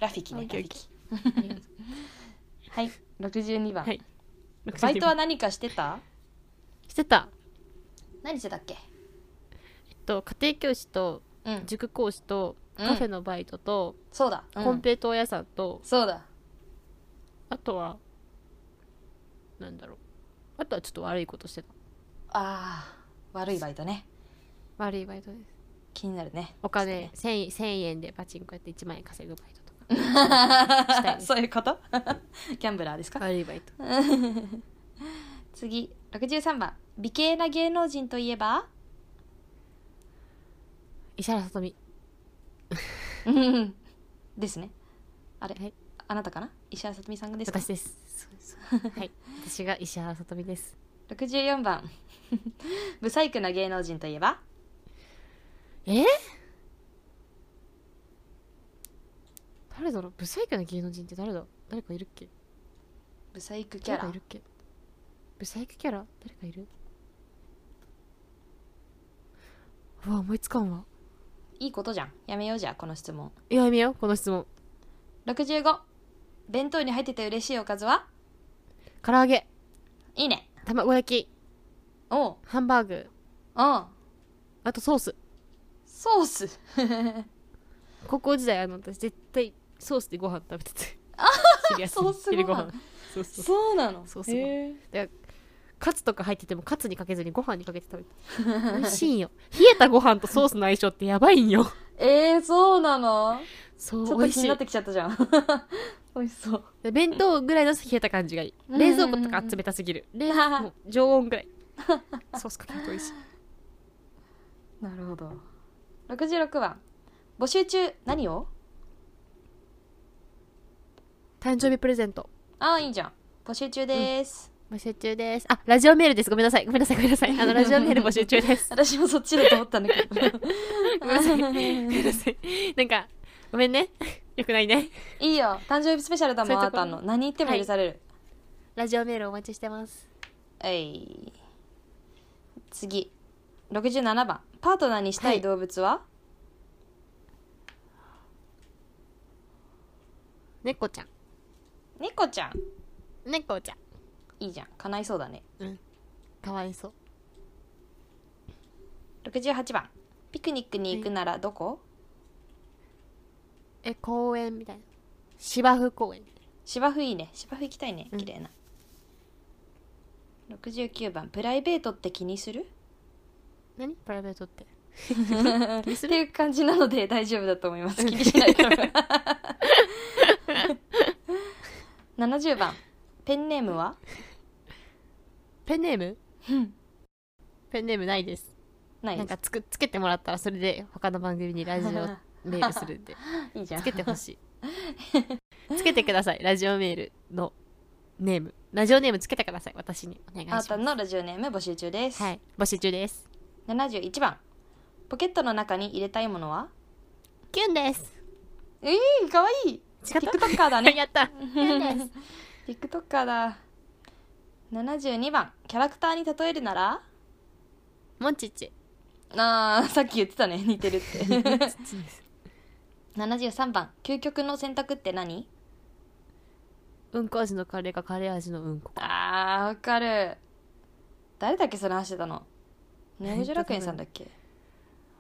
ラフィキオねッケーオッケラフィ キはい62番、はいバイトは何かしてたしてた、何してたっけえっと、家庭教師とうん塾講師とカフェのバイトと、そうだ、うんコンペイトー屋さんとそうだあとはなんだろうあとはちょっと悪いことしてたあー悪いバイトね悪いバイトです気になるねお金 1000, 1000円でパチンコやって1万円稼ぐバイトとかいですそういうこと ギャンブラーですか悪いバイト次63番美形な芸能人といえば石原さとみうんですねあれ、はいあなたかな石原さとみさんがですか私ですはい 私が石原さとみです64番 ブサイクな芸能人といえばえ誰だろうブサイクな芸能人って誰だ誰かいるっけブサイクキャ誰かラいるっけブサイクキャラ誰かいるうわ思いつかんわいいことじゃんやめようじゃあこの質問いややめようこの質問65弁当に入ってて嬉しいおかずは唐揚げいいね卵焼きおうハンバーグおうあとソースソース高校時代あの私絶対ソースでご飯食べてて 昼休みソースご飯昼そう そうそうなのソースご飯カツとか入っててもカツにかけずにご飯にかけて食べて 美味しいんよ冷えたご飯とソースの相性ってやばいんよえー、そうなのそちょう美っと味気しにいなってきちゃったじゃん 美味しそうで弁当ぐらいの冷えた感じがいいうん冷蔵庫とか冷たすぎる冷うんもう常 温ぐらいソースかけると美味しいなるほど66番募集中何を誕生日プレゼントああいいじゃん募集中です、募集中ですあラジオメールですごめんなさいごめんなさいごめんなさいあのラジオメール募集中です私もそっちだと思ったんだけど ごめんな さいごめんなさいなんかごめんね よくないねいいよ誕生日スペシャルだもんそういあうーところたの何言っても許される、ラジオメールお待ちしてますえい次67番パートナーにしたい動物は、猫ちゃん猫ちゃん猫ちゃんいいじゃん叶いそうだねかわいそう68番ピクニックに行くならどこ、え公園みたいな芝生公園芝生いいね芝生行きたいねうん綺麗な、69番プライベートって気にする何プライベートってっていう感じなので大丈夫だと思います気にしないと思います70番ペンネームはペンネームペンネームないですないなんですかつくつけてもらったらそれで他の番組にラジオメールするん でいいじゃんつけてほしいつけてくださいラジオメールのネームラジオネームつけてください私にお願いしあまなすたのラジオネーム募集中です、はい募集中です71番ポケットの中に入れたいものはキュンですえー、かわいい違った TikToker だねやったキュンです TikToker だ72番キャラクターに例えるならモンチッ チあーさっき言ってたね似てるって 73番究極の選択って何うんこ味のカレーかカレー味のうんこかあーわかる誰だっけそれ話してたのネオジョ楽園さんだっけ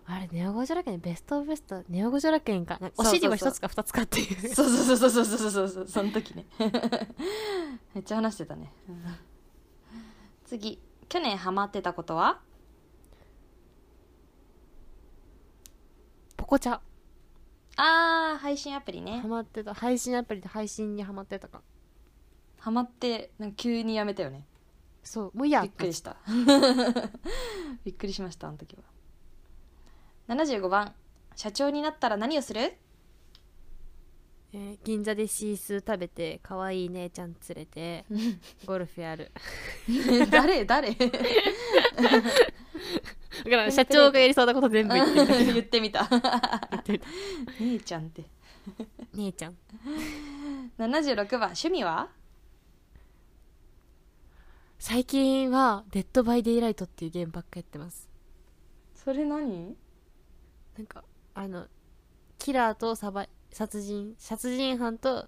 あれネオゴジョラ県ベストオブベストネオゴジョラ県かなんかお尻は一つか二つかっていうそうそうそうそうそうそうそうその時ね めっちゃ話してたねうん次去年ハマってたことはポコチャあー配信アプリねハマってた配信アプリで配信にハマってたかハマってなんか急にやめたよねそうもういいやびっくりした びっくりしましたあの時は75番社長になったら何をするえー銀座でシースー食べて可愛い姉ちゃん連れ てゴルフやる 誰 誰だから社長がやりそうなこと全部言ってる言ってみた姉ちゃんって 姉ちゃん76番趣味は最近は「デッド・バイ・デイ・ライト」っていうゲームばっかやってますそれ何なんかあのキラーとサバイ殺人殺人犯と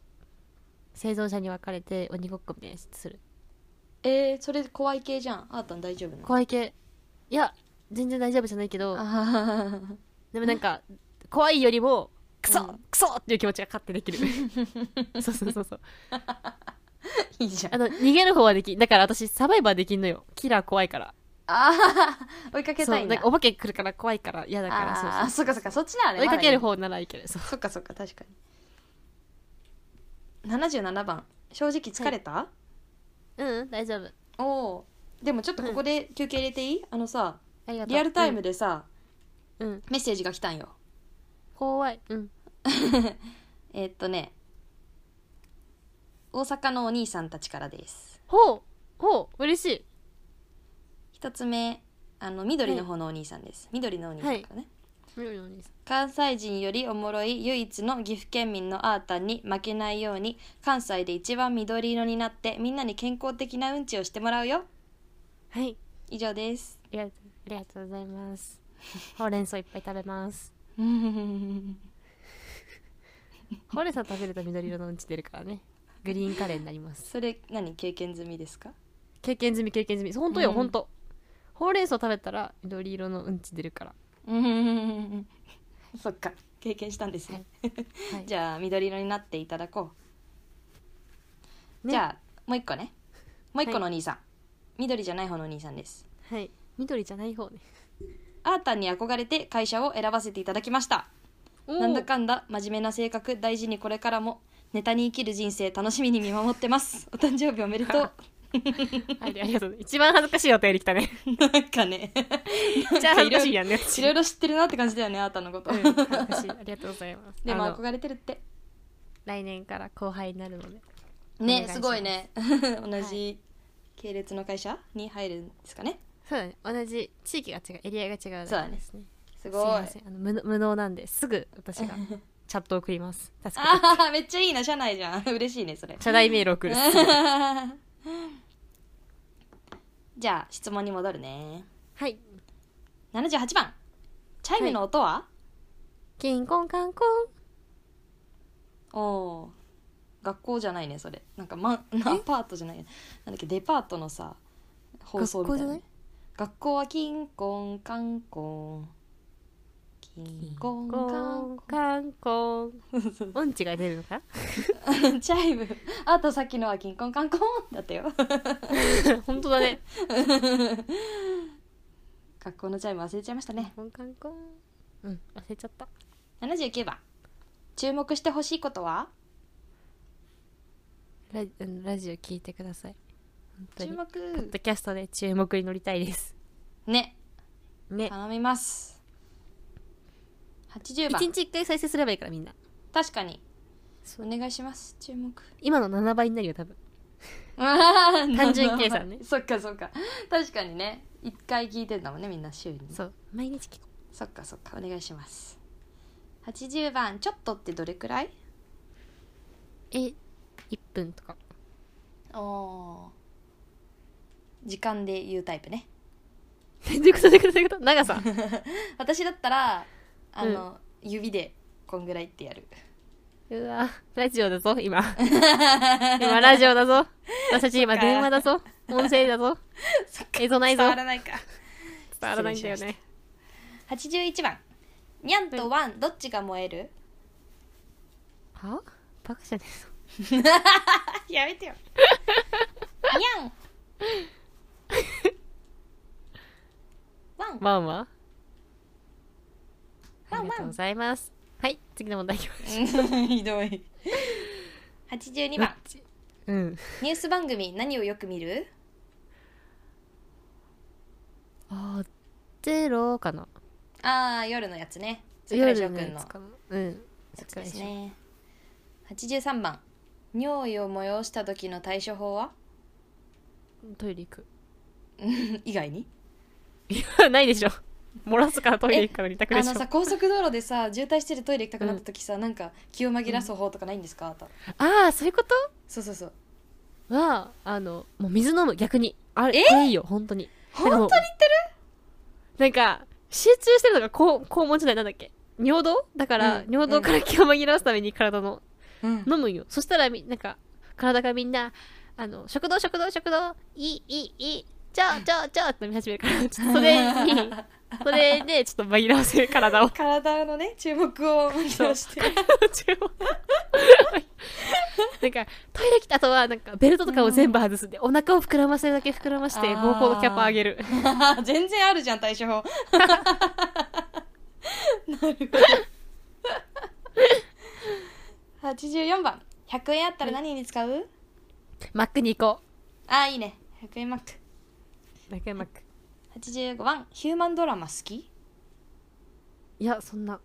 生存者に分かれて鬼ごっこみたいなやつするえー、それ怖い系じゃんあーたん大丈夫なの怖い系いや全然大丈夫じゃないけどあーでもなんか怖いよりもクソ、うんクソっていう気持ちが勝ってできる そうそうそうそういいじゃんあの逃げる方はできんだから私サバイバーできんのよキラー怖いからあー追いかけそたういんなだんかお化け来るから怖いから嫌だからそうあーそっかそっかそっちなそらうね追いかけるまだ方ならいけるそういいそっかそっか確かに77番正直疲れた、うん大丈夫おおでもちょっとここで休憩入れていい、あのさありがとうリアルタイムでさ、うんメッセージが来たんよ怖いうんえっとね大阪のお兄さんたちからですほうほう嬉し一つ目あの緑の方のお兄さんです、緑のお兄さんからね、いよいお兄さん関西人よりおもろい唯一の岐阜県民のアータンに負けないように関西で一番緑色になってみんなに健康的なうんちをしてもらうよはい以上ですありがとうありがとうございますほうれん草いっぱい食べますほうれん草食べると緑色のうんち出るからねグリーンカレーになりますそれ何経験済みですか経験済み経験済み本当よ、うん本当ほうれん草食べたら緑色のうんち出るから、そっか経験したんですね、はい、じゃあ緑色になっていただこう、ねじゃあもう一個ねもう一個のお兄さん、緑じゃない方のお兄さんですはい緑じゃない方ねアータンに憧れて会社を選ばせていただきましたなんだかんだ真面目な性格大事にこれからもネタに生きる人生楽しみに見守って ますお誕生日おめでとうはいありがとう一番恥ずかしいお便り来たねなんかね じゃあ恥ずかしいやんねいろいろ知ってるなって感じだよねあーたのこと、うん恥ずかしいありがとうございますでもあの憧れてるって来年から後輩になるのでお願いしねますすごいね 同じ系列の会社に入るんですかねそうだね同じ地域が違うエリアが違うそうだねですねすすいごいませんあの無能無能なんですぐ私がチャット送ります助けて あーめっちゃいいな社内じゃん 嬉しいねそれ謝罪メール送るじゃあ質問に戻るねはい78番チャイムの音は、キンコンカンコンおー学校じゃないねそれなんか、ま、アパートじゃないなんだっけデパートのさ放送みたい学校じなね、ゃない学校はキンコンカンコンキンコンカンコンコカンコンうんちが出るのかン チャイムあとさっきのはキンコンカンコンだったよ 本当だね学校のチャイム忘れちゃいましたねコンカンコンうん忘れちゃった79番注目してほしいことはラうんラジオ聞いてください本当注にポッ目ドキャストで注目に乗りたいですねね頼みます80一番日一回再生すればいいからみんな確かにそお願いします注目今の7倍になるよ多分単 単純計算ね そっかそっか確かにね一回聞いてんだもんねみんな週にそう毎日聞こそっかそっかお願いします80番ちょっとってどれくらいうえ1分とかお時間で言うタイプねどういうことどういうことどういうこと長さ私だったらあの、指でこんぐらいってやる うわラジオだぞ今 今ラジオだぞ私たち今そっか電話だぞ音声だぞ映像ないぞ伝わらないか伝わらないんだよね81番にゃんとワンどっちが燃えるはバカじゃねえぞやめてよにゃんワンワンはワあンワンりがとうございますはい次の問題いきますうんひどい82番うんニュース番組何をよく見るあーゼロかなああ夜のやつね桜井夜翔のくんやのつかもうんやつです桜井ね83番尿意を催した時の対処法は 翔トイレ行く以外にいや ないでしょ漏らすからトイレ行くから二択あでのしょさ高速道路でさ渋滞してるトイレ行きたくなった時さ、なんか気を紛らわす方法とかないんですか、あなたああそういうことそうそうそうはあのもう水飲む逆にあれえこれいいよ本当に本当なにんかもうなんか集中してるのがこう肛門じゃないなんだっけ尿道だから、うん尿道から気を紛らわすために体の、うん 飲むんよそしたらみなんか体がみんなあの食堂食堂食堂いいいいいいちょちょちょって飲み始めるか らちょっとそれにそれでちょっと紛らわせる体を 違体のね注目を紛らわしてうなんかトイレ来た後はなんかベルトとかを全部外すんで、お腹を膨らませるだけ膨らましてあー膀胱のキャパ上げる 全然あるじゃ ん対処法なるほど84番100円あったら何に使う、マックに行こああいいね100円マックうマックマック85番ヒューマンドラマ好きいやそんな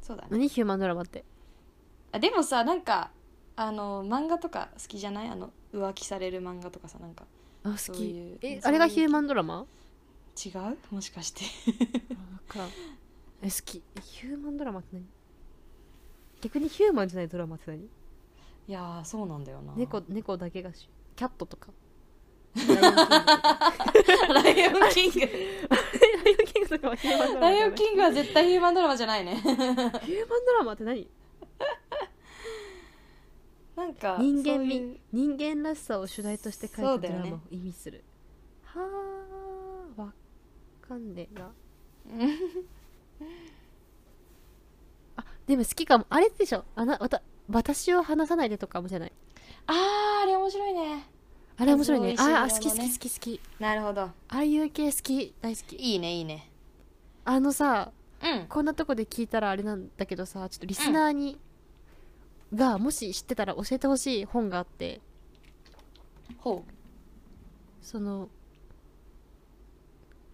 そうだね何ヒューマンドラマってあでもさなんかあの漫画とか好きじゃないあの浮気される漫画とかさなんかあそ好うきいうえそうあれがいうヒューマンドラマ違うもしかして からんえ好きえヒューマンドラマって何逆にヒューマンじゃないドラマって何いやーそうなんだよな猫猫だけがしキャットとか ライオンキン グライオンキングとかはヒューマンドラマライオンキングは絶対ヒューマンドラマじゃない ねグヒューマンドラマって何なんか人間そういう味人間らしさを主題として書そいうたドだよラねマを意味する、はあわかんねえ なあでも好きかもあれでしょあなわた私を話さないでとかもじゃないあーあれ面白いねあれ面白いね数多いああ好神き話好のねき好き好きなるほどああいう系好き大好きいいねいいねあのさうんこんなとこで聞いたらあれなんだけどさちょっとリスナーに、がもし知ってたら教えてほしい本があってほその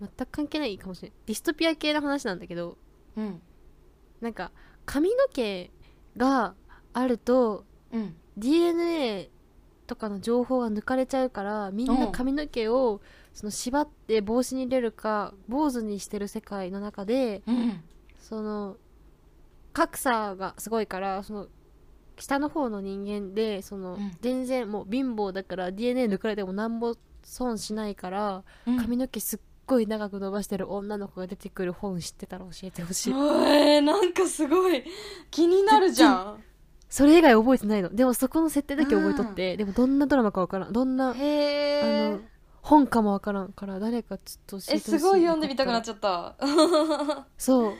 全く関係ないかもしれないディストピア系の話なんだけどううんなんか髪の毛があるとうん DNA とかの情報が抜かれちゃうからみんな髪の毛をその縛って帽子に入れるか坊主にしてる世界の中でうんその格差がすごいからその下の方の人間でそのうん全然もう貧乏だから DNA 抜かれてもなんぼ損しないから髪の毛すっごい長く伸ばしてる女の子が出てくる本知ってたら教えてほしいえー、なんかすごい気になるじゃんそれ以外覚えてないのでもそこの設定だけ覚えとってでもどんなドラマかわからんどんなへあえの本かもわからんから誰かちょっと教えてえほしいすごい読んでみたくなっゃちゃったうそう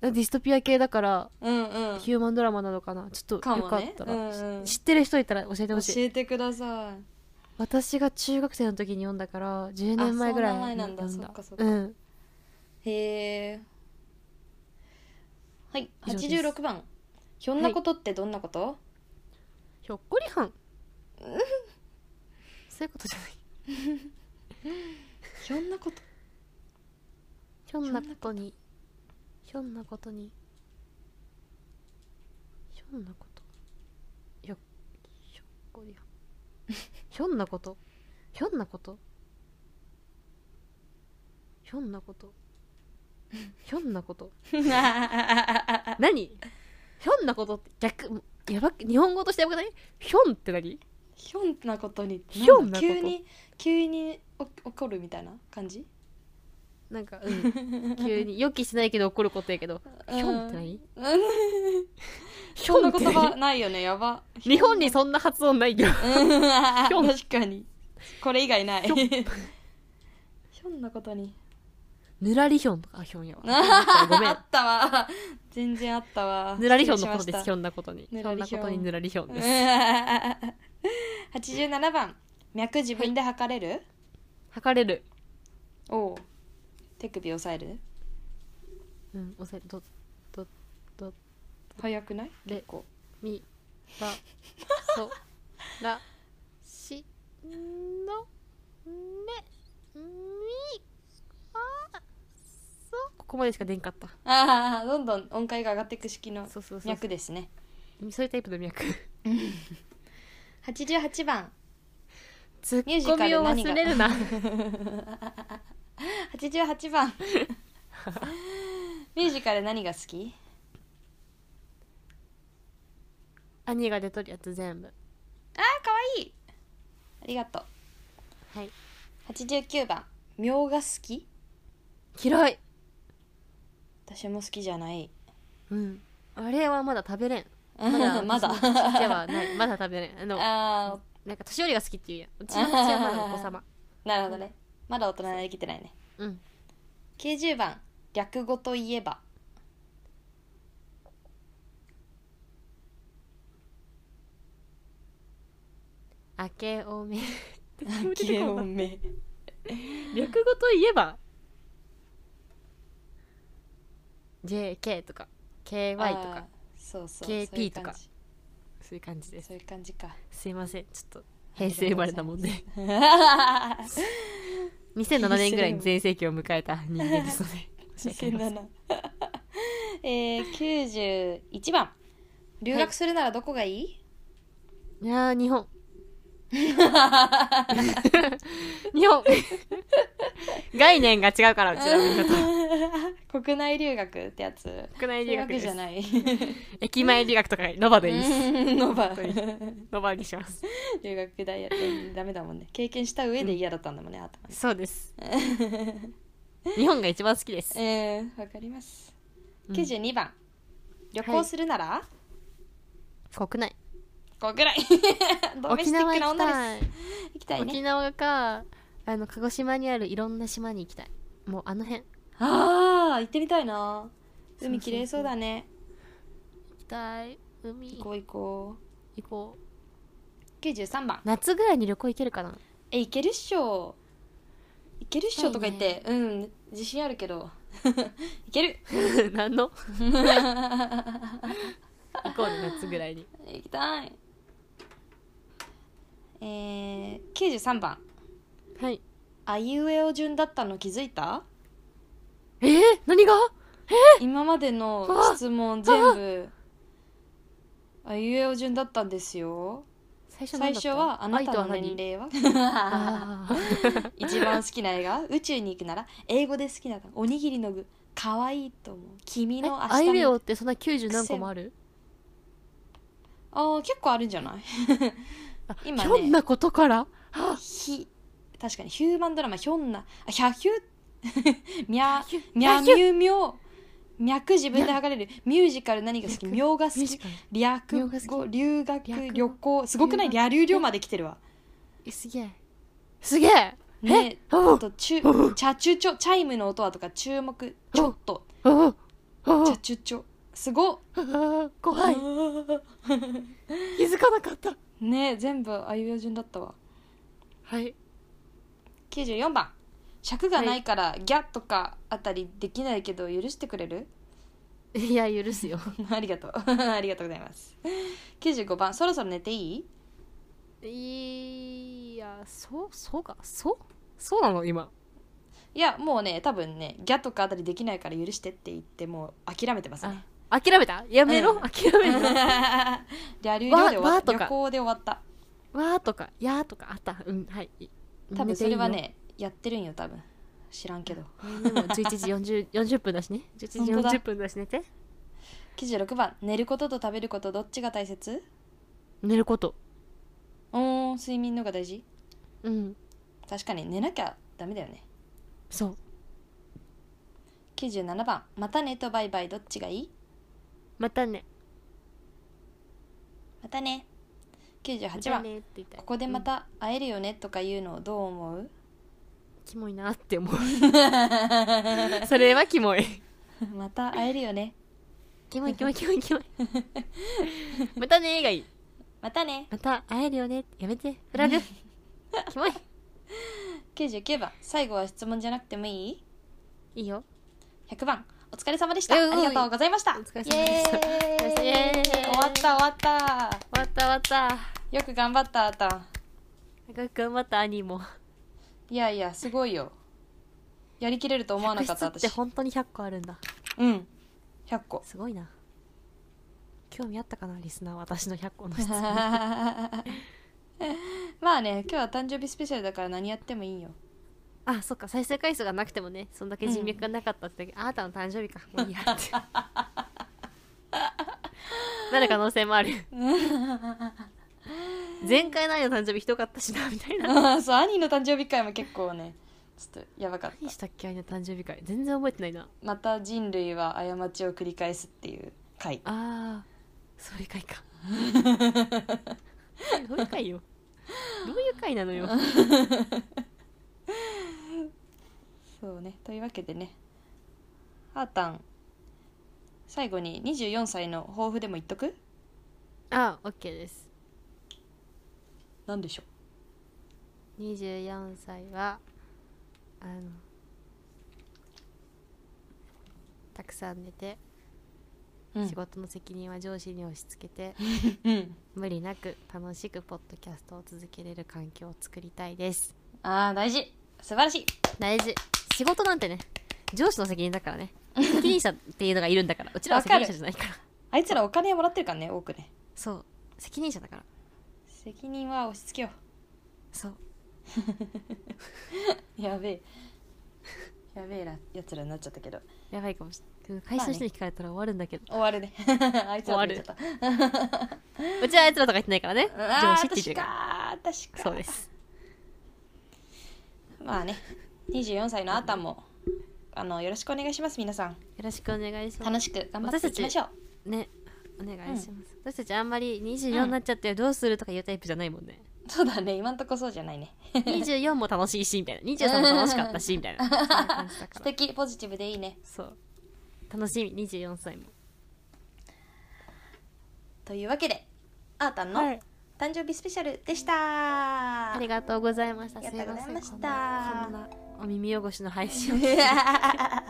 ディストピア系だから うんうんヒューマンドラマなのかなちょっとかよもかねったうんうらん知ってる人いたら教えて教ほしいえてください私が中学生の時に読んだから10年前ぐらいあそんな前にな読んんだだそっかそっかうんへえ。はい、以上八で十す六番。ひょんなことってどんなこと？ひょっこりはんそういうことじゃないひょんなこと。ひょんなことにひょんなことにひょんなことひょひょっこりはんひょんなことひょんなことひょんなことひょんなこと何ひょんなことって逆やばく日本語としてやばくないひょんって何ひょんなことに。ひょんなこと急に急にお怒るみたいな感じ？なんか、 うん、急に予期しないけど怒ることやけどひょんって何うんひそんょんなって言葉何ないよね。やば。日本にそんな発音ない ようんょん確かに。これ以外ない。ひょんひょんなことに。ぬらりひょんとかあひょんやわご めあんったわ。全然あったわ。ぬらりひょんのこと失礼でしましたすひょんなことにぬひょらんりなひょこんとにぬらりひ ょんです87番脈自分で測れる、測れるおう手首押さえるうんおせどどど早くないれ結構みらそらしのねみあそここまでしか出んかったああどんどん音階が上がっていく式のそうそうそう脈ですねそういうタイプの 脈88番ツミュッージコカミルを何が忘れる な88番 ミュージカル何が好き兄が出とるやつ全部ああかわいいありがとはいう89番苗が好き嫌い私も好きじゃないうんあれはまだ食べ れんま だまだ私の口で はないまだ食べれんあのあなんか年寄りが好きっていうやんうちの口はまだお子様あなるほどねまだ大人になりきってないねうん90番略語といえば明けおめ ゲオメ略語といえば JK とか KY とかそうそう KP とかそういう感じですそういう感じ そういう感じかすいませんちょっと平成生まれたもんで2007年ぐらいに全盛期を迎えた人間ですので申し訳あり進んませだんな えー、91番留学するならどこがいい、いやー日本日本概念が違うからうちらみんなと 国内留学ってやつ国内留学でそういうわけじゃすない駅前留学とかノバでいいですうん ノバ本当にノバにします留学大やダメだもんね経験した上で嫌だったんだもんね、あ頭そうです日本が一番好きですえー、わかりますうん92番、旅行するなら、国内こうぐら いドメ沖スティッ縄ク行きなた女でいす行きたい沖ね縄かあの鹿児島にあるいろんな島に行きたいもうあの辺行ああ行ってみたいなそうそうそう海きれいそうだねきたい海行行こう行ここうう93番夏ぐらいに旅行行けるかなえ行けるっしょ行けるっしょとか言って、行うん自信あるけど 行け る何の行行こうね夏ぐらいにきたいえー、93番はいあいうえお順だったの気づいたえー、何が今までの質問全部あいうえお順だったんですよ最初何だっ最た初はあなたの愛と年齢はは何一番好きな映画宇宙に行くなら英語で好きなのおにぎりの具可愛いと思う君のえ明アイ日レにオってそんな90何個もあるああ結構あるんじゃないあ今ねひょんなことからひ確かにヒューマンドラマひょんなあひゃ ひゅみゃひゅみゃひみゅゅみょ脈自分で剥がれるミュージカル何が好きミュージカル妙が好ミューきジカル妙が好略語留略学語旅行すごくない留学や流量まで来てるわえすげえすげえねおあとチュおチャチュチョチャイムの音はとか注目ちょっとおおおチャチュチョすごっあー怖い気づかなかったね全部あいうえお順だったわはい94番尺がないからギャッとかあたりできないけど許してくれる いや許すよありがとう ありがとうございます95番そろそろ寝ていいいやそうそうかそうそうなの今いやもうね多分ねギャッとかあたりできないから許してって言ってもう諦めてますねあ諦めたやめろ、うん諦 いめるのや流量で終わわーったと旅か行で終わった わーとかやーとかあったうんはい多分それは寝てねやってるんよ多分知らんけどいいのでも11時40 40分だ しね11時本当だ40分だし寝て96番寝ることと食べることどっちが大切寝ることおー睡眠の方が大事うん確かに寝なきゃダメだよねそう97番「またね」と「バイバイ」どっちがいいまたねまたねま98た番、ねって言いたいここでまた会えるよね」とか言うのをどう思 ううんキモいなって思う それはキモいまた会えるよね キモいキモいキモいキモいまたねーがいいまたねまた会えるよねやめて振られる キモい99番最後は質問じゃなくてもいいいいよ100番お疲れ様でしたううありがとうございましたお疲れ様でしたイイエエーーイイ終わった終わった終わった終わったよく頑張ったあーたん高く頑張った兄もいやいやすごいよやりきれると思わなかった100室って私本当に100個あるんだうん100個 すごいな興味あったかなリスナー私の100個の質 問まあね今日は誕生日スペシャルだから何やってもいいよ あそっか再生回数がなくてもねそんだけ人脈がなかったって、あなたの誕生 日かもういいやってなる可能性もある前回の兄の誕生日ひどかったしなみたいなあーそう兄の誕生日会も結構ねちょっとやばかっ何たしたっけ兄の誕生日会全然覚えてないなまた人類は過ちを繰り返すっていう回あーそういう回 かどういう回よどういう回なの よそうねというわけでねあーたん最後に24歳の抱負でも言っとくあオッケーですなんでしょ24歳はあのたくさん寝てう、うん仕事の責任は上司に押し付けて、うん、無理なく楽しくポッドキャストを続けれる環境を作りたいですあー大事素晴らしい大事仕事なんてね上司の責任だ からね責任者っていうのがいるんだからうちらはわ責か任る者じゃないからあいつらお金もらってるからね多くねそう責任者だから責任は押し付けよそううやべえ やべえなやつらになっちゃったけどやばいかもしれない会社の人に聞かれたら終わるんだけど、終わるね あいつらって言っちゃったうちはあいつらとか言ってないからね上あ司ーって言ってる確かから確かそうですまあね24歳のあーたんもあのよろしくお願いします皆さんよろしくお願いします楽しく頑張っていきましょうねお願いします、私たちあんまり24になっちゃってどうするとかいうタイプじゃないもんね、そうだね今んとこそうじゃないね24も楽しいしみたいな23も楽しかったしみ たいなそんな感じだから素敵ポジティブでいいねそう楽しみ24歳もというわけであーたんのはい誕生日スペシャルでした、ありがとうございましたありがとうございましたすませんこんなこんなお耳汚しの配信を は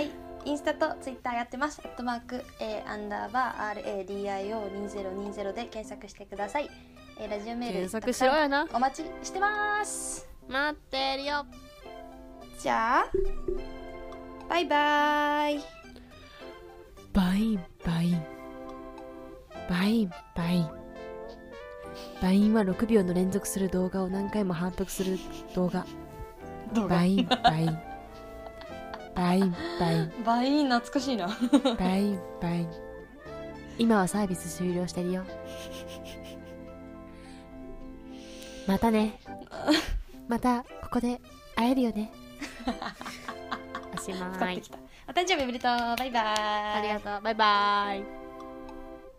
い、インスタとツイッターやってます。アットマーク A アンダーバー RADIO 二ゼロ二ゼロで検索してください。えーラジオメール検索しろよなたくさんお待ちしてます。待ってるよじゃあ、バイバイ。バインバインバインバインバインは6秒の連続する動画を何回も反復する動画バインバ インバインバインバイ懐かしい な。バイバイ今はサービス終了してるよまたねまたここで会えるよ ねおしま使っていきた。お誕生日おめでとう。バイバイ。ありがとうバイバイ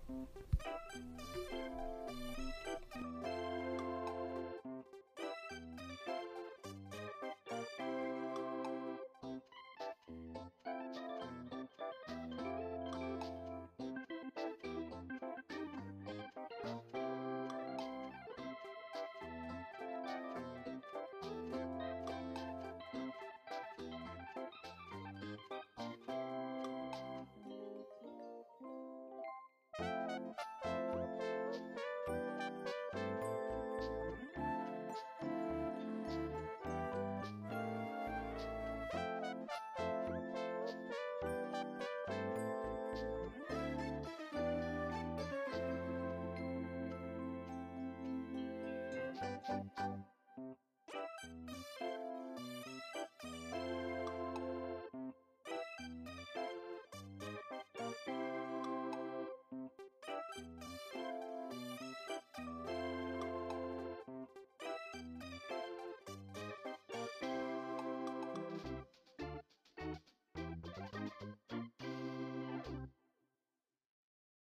「